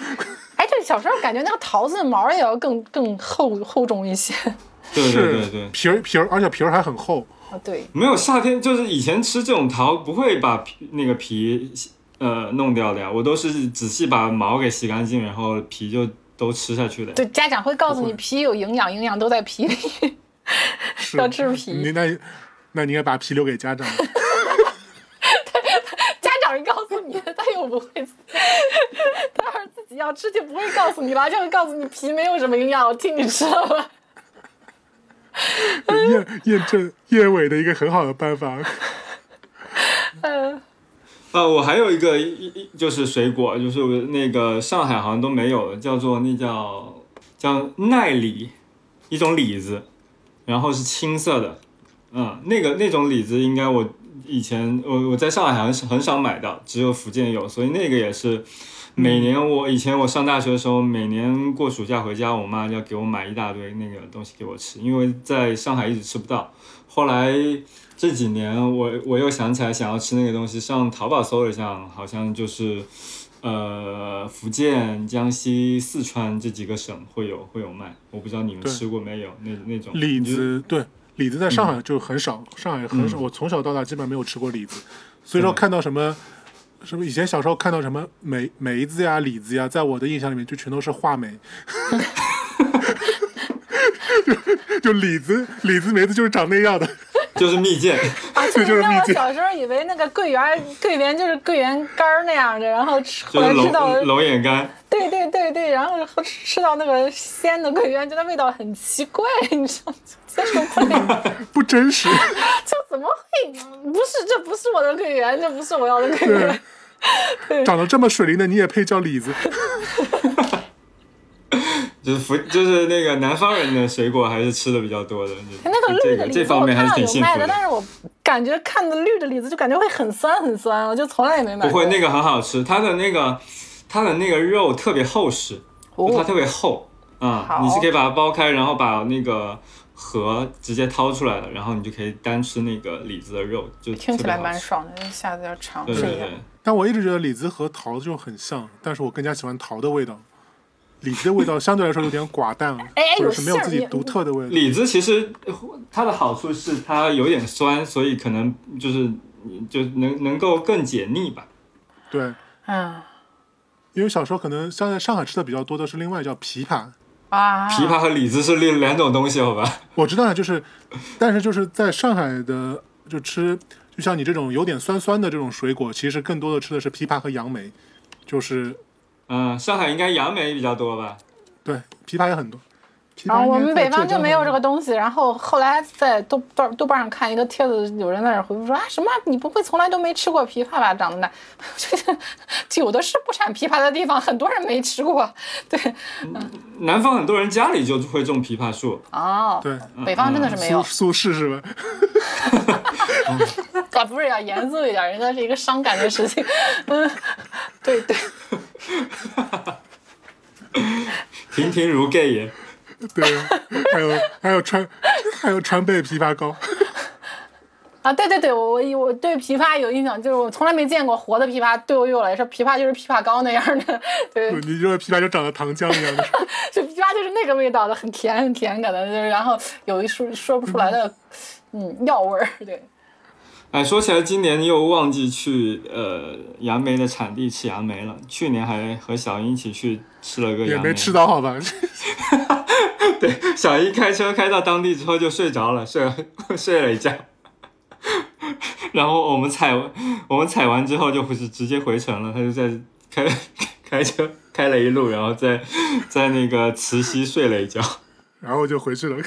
[SPEAKER 4] 哎，这小时候感觉那个桃子毛也要更更厚厚重一些。
[SPEAKER 2] 对对对
[SPEAKER 3] 是
[SPEAKER 2] 对，
[SPEAKER 3] 皮儿皮儿，而且皮儿还很厚。
[SPEAKER 4] 啊，对，
[SPEAKER 2] 没有夏天就是以前吃这种桃不会把皮那个皮呃弄掉的呀，我都是仔细把毛给洗干净，然后皮就都吃下去的。
[SPEAKER 4] 对，家长会告诉你皮有营养，营养都在皮里。
[SPEAKER 3] 是
[SPEAKER 4] 要吃皮
[SPEAKER 3] 你那那你应该把皮留给 家长。
[SPEAKER 4] 家长告诉你的，他又不会，他要是自己要吃就不会告诉你了，就会告诉你皮没有什么营养，我替你吃了吧。
[SPEAKER 3] 对验验证验尾的一个很好的办法。
[SPEAKER 4] 嗯，
[SPEAKER 2] 啊，我还有一个一一就是水果，就是那个上海好像都没有，叫做那叫叫奈李，一种李子，然后是青色的，嗯，那个那种李子应该我以前我我在上海好像是很少买到，只有福建有，所以那个也是每年我以前我上大学的时候，每年过暑假回家，我妈要给我买一大堆那个东西给我吃，因为在上海一直吃不到，后来。这几年我我又想起来想要吃那个东西，上淘宝搜了一下，好像就是，呃，福建、江西、四川这几个省会有会有卖，我不知道你们
[SPEAKER 3] 对
[SPEAKER 2] 吃过没有那那种
[SPEAKER 3] 李
[SPEAKER 2] 你就
[SPEAKER 4] 嗯
[SPEAKER 3] 子对李子在上海就很少，上海很少，
[SPEAKER 2] 嗯
[SPEAKER 3] 我从小到大基本上没有吃过李子，所以说
[SPEAKER 2] 对
[SPEAKER 3] 看到什么。什么以前小时候看到什么梅梅子呀、李子呀，在我的印象里面就全都是话梅， 就就李子、李子、梅子就是长那样的，
[SPEAKER 2] 就是蜜 饯，
[SPEAKER 4] 啊，
[SPEAKER 3] 这就是
[SPEAKER 4] 让
[SPEAKER 3] 秘
[SPEAKER 4] 我
[SPEAKER 3] 诀
[SPEAKER 4] 小时候以为那个桂圆儿桂圆就是桂圆干儿那样的，然后吃后
[SPEAKER 2] 就是
[SPEAKER 4] 来吃到
[SPEAKER 2] 龙龙眼干。
[SPEAKER 4] 对对对对，然后喝吃到那个鲜的桂圆，觉得味道很奇怪，你知道吗？就接受 不了，
[SPEAKER 3] 不真实。
[SPEAKER 4] 就怎么会？嗯不是，这不是我的桂圆，这不是我要的桂
[SPEAKER 3] 对
[SPEAKER 4] 圆。，
[SPEAKER 3] 长得这么水灵的你也配叫李子？
[SPEAKER 2] 就是福，就是那个南方人的水果还是吃的比较多的。就
[SPEAKER 4] 哎那个绿
[SPEAKER 2] 这
[SPEAKER 4] 的
[SPEAKER 2] 个
[SPEAKER 4] 李
[SPEAKER 2] 这
[SPEAKER 4] 子，
[SPEAKER 2] 方
[SPEAKER 4] 我
[SPEAKER 2] 面
[SPEAKER 4] 看
[SPEAKER 2] 还是
[SPEAKER 4] 到
[SPEAKER 2] 挺
[SPEAKER 4] 有
[SPEAKER 2] 幸福
[SPEAKER 4] 卖的，
[SPEAKER 2] 的。
[SPEAKER 4] 但是我感觉看的绿的李子就感觉会很酸很酸，我就从来也没买
[SPEAKER 2] 不
[SPEAKER 4] 过。
[SPEAKER 2] 会，那个很好吃，它的那个它的那个肉特别厚实，就它
[SPEAKER 4] 哦
[SPEAKER 2] 特别厚啊、
[SPEAKER 4] 好
[SPEAKER 2] 你是可以把它剥开，然后把那个核直接掏出来了，然后你就可以单吃那个李子的肉，就
[SPEAKER 4] 哎听起
[SPEAKER 2] 特别
[SPEAKER 4] 来
[SPEAKER 2] 好
[SPEAKER 4] 蛮
[SPEAKER 2] 吃。
[SPEAKER 4] 爽的，下次要尝
[SPEAKER 2] 对
[SPEAKER 4] 试
[SPEAKER 2] 对
[SPEAKER 4] 一下
[SPEAKER 2] 对。，
[SPEAKER 3] 但我一直觉得李子和桃子就很像，但是我更加喜欢桃的味道。李子的味道相对来说有点寡淡，
[SPEAKER 4] 哎哎
[SPEAKER 3] 或者是没有
[SPEAKER 4] 有
[SPEAKER 3] 自
[SPEAKER 4] 馅儿
[SPEAKER 3] 己
[SPEAKER 4] 你
[SPEAKER 3] 独特的味道。
[SPEAKER 2] 李子其实呃它的好处是它有点酸，所以可能就是就能能够更解腻吧。
[SPEAKER 3] 对，
[SPEAKER 4] 嗯
[SPEAKER 3] 因为小时候可能像在上海吃的比较多的是另外叫枇杷，
[SPEAKER 4] 啊，
[SPEAKER 2] 枇杷和李子是另两种东西，好吧？
[SPEAKER 3] 我知道啊，就是，但是就是在上海的就吃，就像你这种有点酸酸的这种水果，其实更多的吃的是枇杷和杨梅，就是
[SPEAKER 2] 嗯，上海应该杨梅比较多吧？
[SPEAKER 3] 对，枇杷也很多。枇杷
[SPEAKER 4] 然后啊我
[SPEAKER 3] 应该
[SPEAKER 4] 们
[SPEAKER 3] 在
[SPEAKER 4] 北方
[SPEAKER 3] 浙
[SPEAKER 4] 就
[SPEAKER 3] 江
[SPEAKER 4] 没有
[SPEAKER 3] 好
[SPEAKER 4] 这
[SPEAKER 3] 像
[SPEAKER 4] 个东西，然后后来在豆瓣豆瓣上看一个帖子，有人在那儿回复说啊什么你不会从来都没吃过枇杷吧？长得那，就有的是不产枇杷的地方，很多人没吃过。对，
[SPEAKER 2] 南方很多人家里就会种枇杷树，
[SPEAKER 4] 哦，
[SPEAKER 3] 对
[SPEAKER 4] 北方真的是没有
[SPEAKER 3] 苏，苏轼是吧？
[SPEAKER 4] 啊，不是要严肃一点，人家是一个伤感的事情。嗯，对对，
[SPEAKER 2] 亭亭如盖也。
[SPEAKER 3] 对，还有还有川还有川贝枇杷膏，
[SPEAKER 4] 啊，对对对，我我我对枇杷有印象，就是我从来没见过活的枇杷，对我来说，枇杷就是枇杷膏那样的，对，
[SPEAKER 3] 你这个枇杷就长得糖浆一样的。
[SPEAKER 4] 就枇杷就是那个味道的，很甜很甜感的，就是然后有一说说不出来的，嗯，药味儿，对，
[SPEAKER 2] 哎，说起来，今年又忘记去呃杨梅的产地吃杨梅了。去年还和小英一起去吃了个
[SPEAKER 3] 也
[SPEAKER 2] 杨梅，
[SPEAKER 3] 没吃到好吧？
[SPEAKER 2] 小英开车开到当地之后就睡着了， 睡睡了一觉。然后我们采完我们采完之后就回去直接回城了，他就在开 开车开了一路，然后在在那个慈溪睡了一觉。
[SPEAKER 3] 然后就回去了。 哎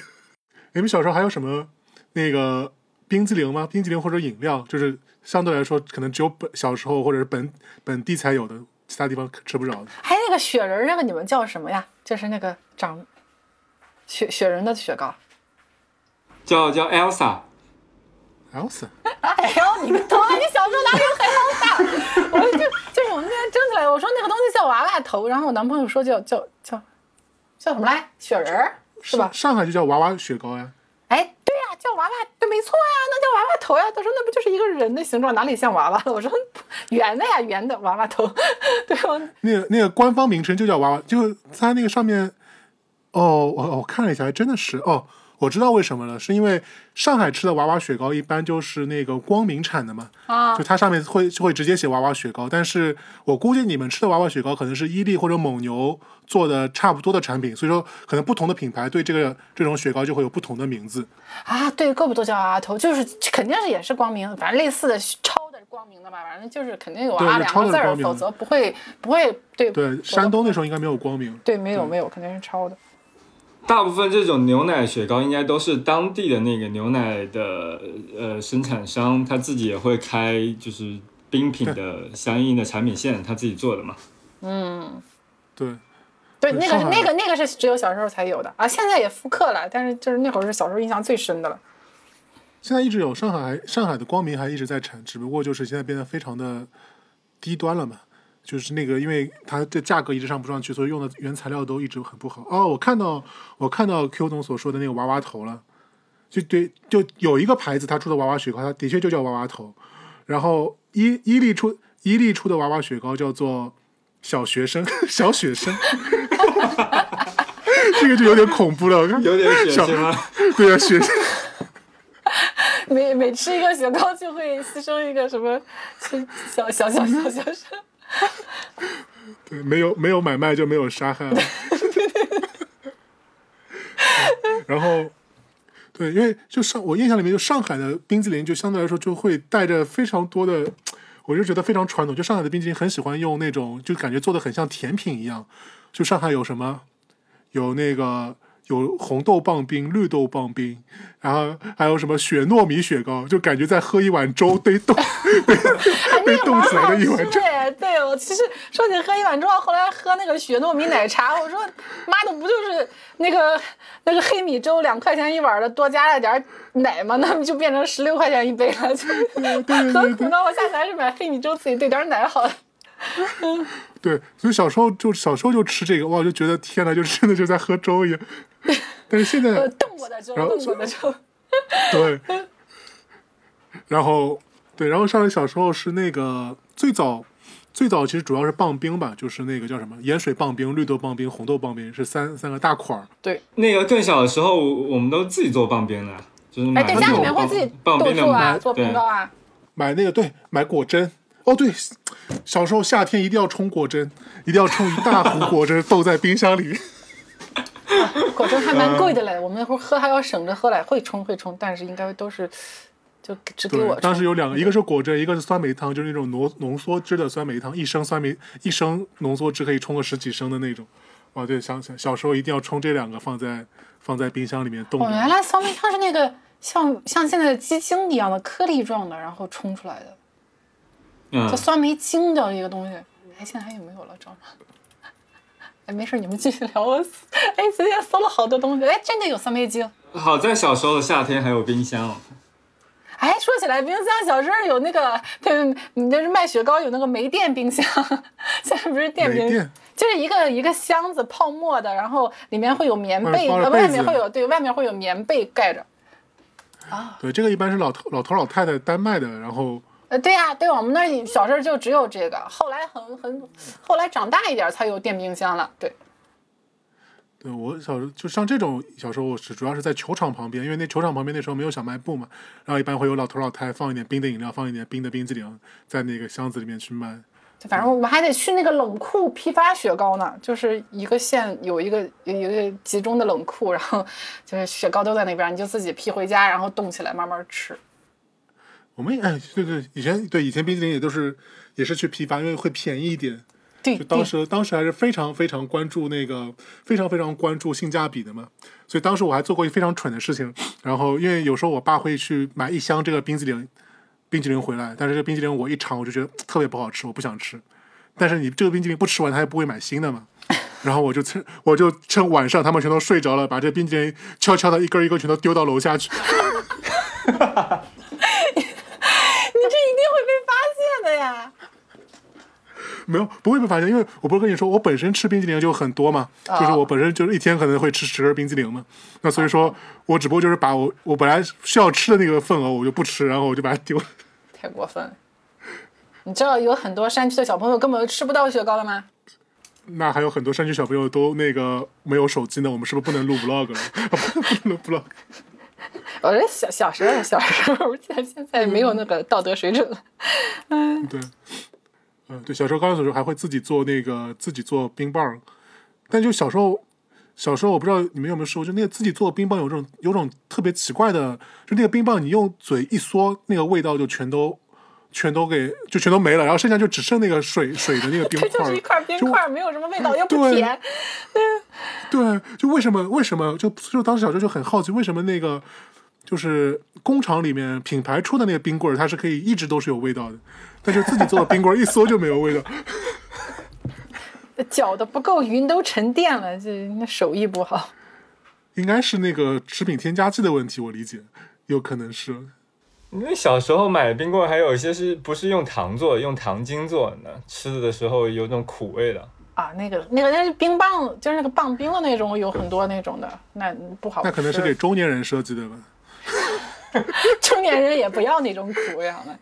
[SPEAKER 3] 你们小时候还有什么那个冰激凌吗？冰激凌或者饮料，就是相对来说可能只有本小时候或者是本本地才有的，其他地方吃不着的。
[SPEAKER 4] 还有那个雪人儿，那个你们叫什么呀？就是那个长雪雪人的雪糕。
[SPEAKER 2] 叫叫 Elsa，
[SPEAKER 3] Elsa，
[SPEAKER 4] 哎呦，你个头啊！你小时候哪里有海洋 大？我就就是我们那天争起来，我说那个东西叫娃娃头，然后我男朋友说叫叫叫叫什么来？雪人儿是吧？
[SPEAKER 3] 上海就叫娃娃雪糕呀。
[SPEAKER 4] 哎，对呀、叫娃娃，对，没错呀、那叫娃娃头呀、他说那不就是一个人的形状，哪里像娃娃了？我说圆的呀，圆的娃娃头。 对，我
[SPEAKER 3] 那个那个官方名称就叫娃娃，就它那个上面，哦，我我看了一下，还真的是哦，我知道为什么了，是因为上海吃的娃娃雪糕一般就是那个光明产的嘛，
[SPEAKER 4] 啊
[SPEAKER 3] 就它上面会就会直接写娃娃雪糕，但是我估计你们吃的娃娃雪糕可能是伊利或者蒙牛做的差不多的产品，所以说可能不同的品牌对这个这种雪糕就会有不同的名字。
[SPEAKER 4] 啊，对，怪不得叫娃娃头，就是肯定是也是光明，反正类似的抄的是光明的吧，反正就是肯定有娃娃
[SPEAKER 3] 对
[SPEAKER 4] 两
[SPEAKER 3] 抄的是
[SPEAKER 4] 个字儿，
[SPEAKER 3] 光明的
[SPEAKER 4] 否则不会不会对
[SPEAKER 3] 对，山东那时候应该没有光明，
[SPEAKER 4] 对没有没有肯定是抄的。
[SPEAKER 2] 大部分这种牛奶雪糕应该都是当地的那个牛奶的呃生产商，他自己也会开就是冰品的相应的产品线，他自己做的嘛。
[SPEAKER 3] 对，对
[SPEAKER 4] 对，那个是
[SPEAKER 3] 上海
[SPEAKER 4] 那个那个是只有小时候才有的啊，现在也复刻了，但是就是那会儿是小时候印象最深的了。
[SPEAKER 3] 现在一直有上海还上海的光明还一直在产，只不过就是现在变得非常的低端了嘛。就是那个，因为它的价格一直上不上去，所以用的原材料都一直很不好。哦，我看到我看到 Q 总所说的那个娃娃头了，就对，就有一个牌子它出的娃娃雪糕，它的确就叫娃娃头。然后伊伊利出伊利出的娃娃雪糕叫做小学生小雪生， 这个就有点恐怖了。我看
[SPEAKER 2] 有点血
[SPEAKER 3] 小
[SPEAKER 2] 腥吗？
[SPEAKER 3] 对啊，雪
[SPEAKER 4] 每每吃一个雪糕就会牺牲一个什么小小小小小生。
[SPEAKER 3] 对，没有没有买卖就没有杀害啊了。嗯然后，对，因为就上我印象里面，就上海的冰激凌就相对来说就会带着非常多的，我就觉得非常传统。就上海的冰激凌很喜欢用那种，就感觉做的很像甜品一样。就上海有什么，有那个有红豆棒冰、绿豆棒冰，然后还有什么雪糯米雪糕，就感觉在喝一碗粥，被冻 被被冻起来的一碗粥。
[SPEAKER 4] 对，哎对我其实说起喝一碗粥，后来喝那个雪糯米奶茶，我说妈的，不就是那个那个黑米粥两块钱一碗的，多加了点奶吗？那不就变成十六块钱一杯了？就何苦呢？我下次还是买黑米粥，自己兑点奶好了。
[SPEAKER 3] 对，所以小时候就小时候就吃这个，哇，就觉得天呐，就真的就在喝粥一样。但是现在
[SPEAKER 4] 呃，动过的粥，
[SPEAKER 3] 然后
[SPEAKER 4] 动过的粥，
[SPEAKER 3] 对，然后对，然后上来小时候是那个最早最早其实主要是棒冰吧，就是那个叫什么盐水棒冰、绿豆棒冰、红豆棒冰是三三个大块儿。
[SPEAKER 4] 对，
[SPEAKER 2] 那个更小的时候，我们都自己做棒冰的，就是
[SPEAKER 3] 嗯
[SPEAKER 2] 买
[SPEAKER 4] 哎，对，
[SPEAKER 2] 那
[SPEAKER 4] 家里
[SPEAKER 2] 种
[SPEAKER 4] 面会
[SPEAKER 2] 棒
[SPEAKER 4] 自己
[SPEAKER 2] 棒
[SPEAKER 4] 豆
[SPEAKER 2] 冰的
[SPEAKER 4] 做啊，
[SPEAKER 2] 买
[SPEAKER 4] 做
[SPEAKER 2] 对
[SPEAKER 4] 冰糕啊，
[SPEAKER 3] 买那个对，买果珍。哦，对，小时候夏天一定要冲果珍，一定要冲一大壶果珍，冻在冰箱里。
[SPEAKER 4] 果汁还
[SPEAKER 3] 嗯
[SPEAKER 4] 蛮贵的嘞。我们那会儿喝还要省着喝嘞，会冲会冲，但是应该都是就只给
[SPEAKER 3] 对
[SPEAKER 4] 我，
[SPEAKER 3] 当时
[SPEAKER 4] 冲
[SPEAKER 3] 有两个，一个是果珍，一个是酸梅汤，就是那种浓浓缩汁的酸梅汤，一升酸梅一升浓缩汁可以冲个十几升的那种。哇，对，想想小时候一定要冲这两个，放在放在冰箱里面冻
[SPEAKER 4] 哦，原
[SPEAKER 3] 着。
[SPEAKER 4] 来酸梅汤是那个像像现在的鸡精一样的颗粒状的，然后冲出来的，
[SPEAKER 2] 嗯
[SPEAKER 4] 叫，酸梅精的一个东西。哎，现在还有没有了？知道吗？ 哎，没事，你们继续聊。我哎，随便搜了好多东西。哎，真的有酸梅精。
[SPEAKER 2] 好在小时候的夏天还有冰箱哦，
[SPEAKER 4] 哎，说起来，冰箱小时候有那个，对，你那是卖雪糕有那个煤电冰箱，现在不是电
[SPEAKER 3] 没
[SPEAKER 4] 冰
[SPEAKER 3] 电
[SPEAKER 4] 就是一个一个箱子泡沫的，然后里面会有棉
[SPEAKER 3] 外
[SPEAKER 4] 被，
[SPEAKER 3] 面包着
[SPEAKER 4] 呃，
[SPEAKER 3] 被
[SPEAKER 4] 外
[SPEAKER 3] 子
[SPEAKER 4] 面会有对，外面会有棉被盖着。
[SPEAKER 3] 对，这个一般是老头老头老太太单卖的，然后
[SPEAKER 4] 呃，对呀、对我们那儿小时候就只有这个，后来很很，后来长大一点才有电冰箱了。对，
[SPEAKER 3] 对我小时候就像这种小时候，我是主要是在球场旁边，因为那球场旁边那时候没有小卖部嘛，然后一般会有老头老太太放一点冰的饮料，放一点冰的冰激凌，在那个箱子里面去卖。
[SPEAKER 4] 就反正我们还得去那个冷库批发雪糕呢，就是一个县有一个有一个集中的冷库，然后就是雪糕都在那边，你就自己批回家，然后冻起来慢慢吃。
[SPEAKER 3] 我们也哎，对对，以前对以前冰激凌也都是也是去批发，因为会便宜一点。
[SPEAKER 4] 对，
[SPEAKER 3] 就当
[SPEAKER 4] 对
[SPEAKER 3] 时当时还是非常非常关注那个非常非常关注性价比的嘛，所以当时我还做过一非常蠢的事情，然后因为有时候我爸会去买一箱这个冰激凌，冰激凌回来，但是这个冰激凌我一尝我就觉得特别不好吃，我不想吃，但是你这个冰激凌不吃完他也不会买新的 嘛。然后我就趁我就趁晚上他们全都睡着了，把这冰激凌悄悄的一根一根全都丢到楼下去。
[SPEAKER 4] 你这一定会被发现的呀！
[SPEAKER 3] 没有不会被发现，因为我不是跟你说，我本身吃冰激凌就很多嘛，
[SPEAKER 4] 啊
[SPEAKER 3] 就是我本身就是一天可能会吃十根冰激凌嘛，那所以说我只不过就是把我我本来需要吃的那个份额我就不吃，然后我就把它丢了。
[SPEAKER 4] 太过分了。你知道有很多山区的小朋友根本就吃不到雪糕的吗？
[SPEAKER 3] 那还有很多山区小朋友都那个没有手机呢，我们是不是不能录 vlog 了？ 不能录 vlog。
[SPEAKER 4] 我觉得小小时候，小时候，现在现在没有那个道德水准了。
[SPEAKER 3] 对，嗯，对，小时候高中的时候还会自己做那个自己做冰棒儿，但就小时候，小时候我不知道你们有没有试过，就那个自己做冰棒有种有种特别奇怪的，就那个冰棒你用嘴一嗦，那个味道就全都全都给就全都没了，然后剩下就只剩那个水水的那个冰 块
[SPEAKER 4] 这就
[SPEAKER 3] 儿
[SPEAKER 4] 是一
[SPEAKER 3] 了。
[SPEAKER 4] 块冰
[SPEAKER 3] 就
[SPEAKER 4] 块儿，没有什么味 道，又不
[SPEAKER 3] 对
[SPEAKER 4] 甜。
[SPEAKER 3] 对，就为什么为什么就就当时小时候就很好奇，为什么那个就是工厂里面品牌出的那个冰棍儿，它是可以一直都是有味道的，但是自己做的冰棍儿一嗦就没有味道。
[SPEAKER 4] 搅的不够匀，都沉淀了，这那手艺不好。
[SPEAKER 3] 应该是那个食品添加剂的问题，我理解，有可能是。
[SPEAKER 2] 因为小时候买冰棍儿还有一些是不是用糖做，用糖精做的呢，吃的时候有种苦味的。
[SPEAKER 4] 啊，那个那个那是冰棒，就是那个棒冰的那种，有很多那种的，那不好吃。
[SPEAKER 3] 那可能是给中年人设计的吧？
[SPEAKER 4] 中年人也不要那种苦味好吗？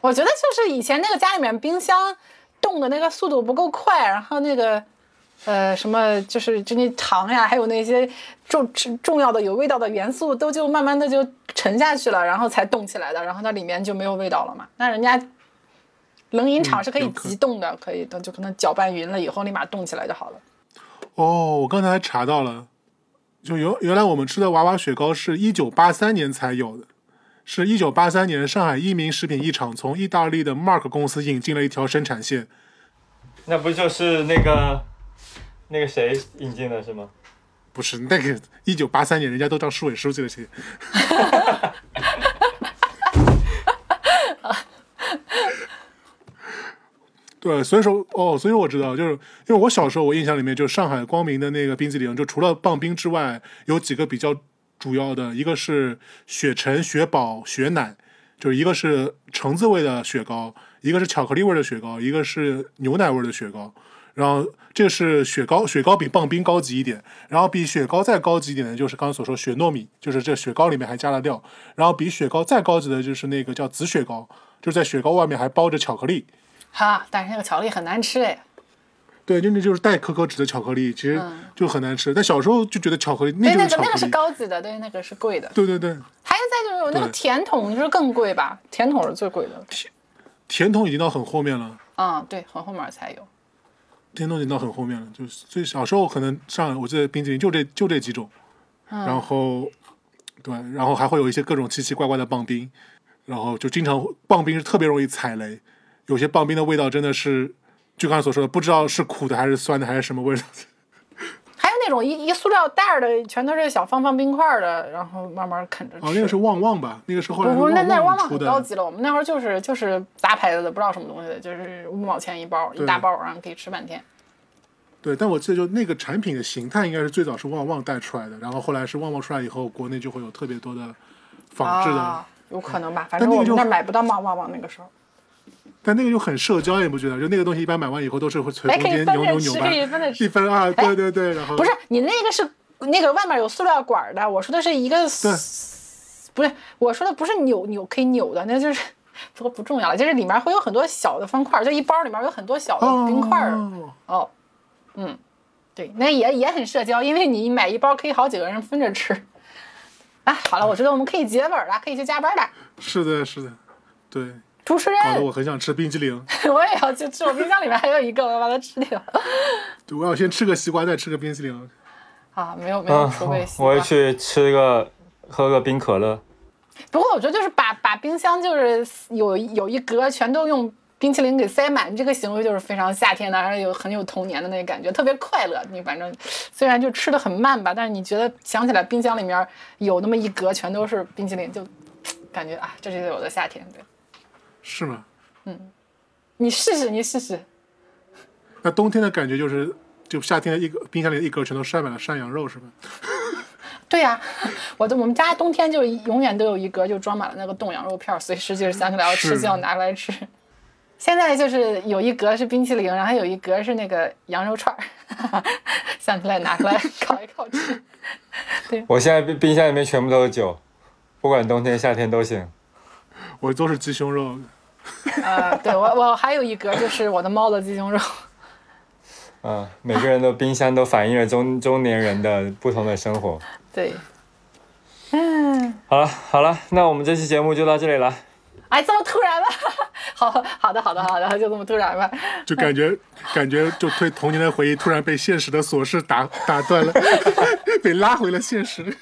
[SPEAKER 4] 我觉得就是以前那个家里面冰箱冻的那个速度不够快，然后那个呃什么就是就那糖呀，还有那些重重要的有味道的元素都就慢慢的就沉下去了，然后才冻起来的，然后它里面就没有味道了嘛。那人家冷饮厂嗯是可以
[SPEAKER 3] 有可
[SPEAKER 4] 急冻的，可以的，就可能搅拌匀了以后立马冻起来就好了。
[SPEAKER 3] 哦，我刚才还查到了，就原原来我们吃的娃娃雪糕是一九八三年才有的，是一九八三年上海一鸣食品一厂从意大利的 Mark 公司引进了一条生产线。
[SPEAKER 2] 那不就是那个那个谁引进的是吗？
[SPEAKER 3] 不是 那个一九八三年，人家都当市委书记了，谁？ 对，所以说哦，所以我知道，就是因为我小时候，我印象里面就是上海光明的那个冰激凌，就除了棒冰之外，有几个比较主要的，一个是雪橙、雪宝、雪奶，就是一个是橙子味的雪糕，一个是巧克力味的雪糕，一个是牛奶味的雪糕。然后这是雪糕，雪糕比棒冰高级一点，然后比雪糕再高级一点的就是刚刚所说雪糯米，就是这雪糕里面还加了料，然后比雪糕再高级的就是那个叫紫雪糕，就是在雪糕外面还包着巧克力，
[SPEAKER 4] 哈，但是那个巧克力很难吃哎。
[SPEAKER 3] 对，就那就是带可可脂的巧克力，其实就很难吃。但小时候就觉得巧克力那
[SPEAKER 4] 嗯对，
[SPEAKER 3] 就是
[SPEAKER 4] 那个
[SPEAKER 3] 巧
[SPEAKER 4] 那个
[SPEAKER 3] 克
[SPEAKER 4] 是
[SPEAKER 3] 力，
[SPEAKER 4] 高级的，对，那个是贵的。
[SPEAKER 3] 对对对，
[SPEAKER 4] 还有再就是有那个
[SPEAKER 3] 对
[SPEAKER 4] 甜筒，就是更贵吧？甜筒是最贵的。
[SPEAKER 3] 甜筒已经到很后面了。
[SPEAKER 4] 啊、对，很后面才有。
[SPEAKER 3] 天东已经到很后面了，就是所以小时候可能上来，我记得冰淇淋就这就这几种，
[SPEAKER 4] 嗯
[SPEAKER 3] 然后对，然后还会有一些各种奇奇怪怪的棒冰，然后就经常棒冰是特别容易踩雷，有些棒冰的味道真的是，就刚才所说的，不知道是苦的还是酸的还是什么 味道，
[SPEAKER 4] 还有那种一一塑料袋儿的，全都是小方方冰块儿的，然后慢慢啃着吃。
[SPEAKER 3] 哦，那个是旺旺吧，那个是后来
[SPEAKER 4] 不不，那那
[SPEAKER 3] 旺
[SPEAKER 4] 旺旺
[SPEAKER 3] 出
[SPEAKER 4] 很高
[SPEAKER 3] 的，
[SPEAKER 4] 级了。我们那会儿就是就是杂牌子的，不知道什么东西的，就是五毛钱一包，一
[SPEAKER 3] 对
[SPEAKER 4] 大包，然后可以吃半天。
[SPEAKER 3] 对，但我记得就那个产品的形态应该是最早是旺旺带出来的，然后后来是旺旺出来以后，国内就会有特别多的仿嗯制的。
[SPEAKER 4] 啊，有可能吧，反
[SPEAKER 3] 但
[SPEAKER 4] 正
[SPEAKER 3] 那个
[SPEAKER 4] 我们
[SPEAKER 3] 就
[SPEAKER 4] 那儿买不到旺旺旺那个时候。
[SPEAKER 3] 但那个就很社交，你不觉得？就那个东西一般买完以后都是会捶
[SPEAKER 4] 哎
[SPEAKER 3] 中
[SPEAKER 4] 可以
[SPEAKER 3] 间
[SPEAKER 4] 分
[SPEAKER 3] 扭
[SPEAKER 4] 着
[SPEAKER 3] 扭扭
[SPEAKER 4] 吃
[SPEAKER 3] 吧，
[SPEAKER 4] 可以分着吃哎
[SPEAKER 3] 一分二，对对对，然后
[SPEAKER 4] 不是，你那个是那个外面有塑料管儿的，我说的是一个，
[SPEAKER 3] 对
[SPEAKER 4] 不是我说的不是扭扭可以扭的，那就是 不过不重要了，就是里面会有很多小的方块儿，就一包里面有很多小的
[SPEAKER 3] 哦
[SPEAKER 4] 冰块儿哦，嗯，对，那也也很社交，因为你买一包可以好几个人分着吃。啊，好了，我觉得我们可以结尾了，可以去加班了。
[SPEAKER 3] 是的，是的，对，
[SPEAKER 4] 主持
[SPEAKER 3] 搞得
[SPEAKER 4] 人，
[SPEAKER 3] 我很想吃冰激凌，
[SPEAKER 4] 我也要去吃，我冰箱里面还有一个，我要把它吃掉。
[SPEAKER 3] 对我要先吃个西瓜，再吃个冰激凌。
[SPEAKER 4] 啊，没有没有
[SPEAKER 2] 嗯
[SPEAKER 4] 说被，习
[SPEAKER 2] 我
[SPEAKER 4] 惯
[SPEAKER 2] 也去吃个喝个冰可乐。
[SPEAKER 4] 不过我觉得就是把把冰箱就是有有一格全都用冰淇淋给塞满，这个行为就是非常夏天的，而且有很有童年的那个感觉，特别快乐。你反正虽然就吃的很慢吧，但是你觉得想起来冰箱里面有那么一格全都是冰淇淋，就感觉啊，这就是我的夏天。对
[SPEAKER 3] 是吗？
[SPEAKER 4] 你试试，你试试。
[SPEAKER 3] 那冬天的感觉就是，就夏天的一个冰箱里的一格全都晒满了山羊肉，是吧？
[SPEAKER 4] 对呀、我的我们家冬天就是永远都有一格就装满了那个冻羊肉片儿，随时就是想起来要吃
[SPEAKER 3] 是
[SPEAKER 4] 就要拿过来吃。现在就是有一格是冰淇淋，然后有一格是那个羊肉串儿， 想起来拿过 来烤一烤 吃。
[SPEAKER 2] 我现在冰冰箱里面全部都是酒，不管冬天夏天都行。
[SPEAKER 3] 我都是鸡胸肉，
[SPEAKER 4] 呃，对我我还有一格就是我的猫的鸡胸肉，
[SPEAKER 2] 嗯，每个人的冰箱都反映了中中年人的不同的生活。
[SPEAKER 4] 对。
[SPEAKER 2] 好了好了，那我们这期节目就到这里了。
[SPEAKER 4] 哎，这么突然吗？ 好好的，好的，好的，就这么突然吧。
[SPEAKER 3] 就感觉感觉就 对童年的回忆突然被现实的琐事打打断了，被拉回了现实。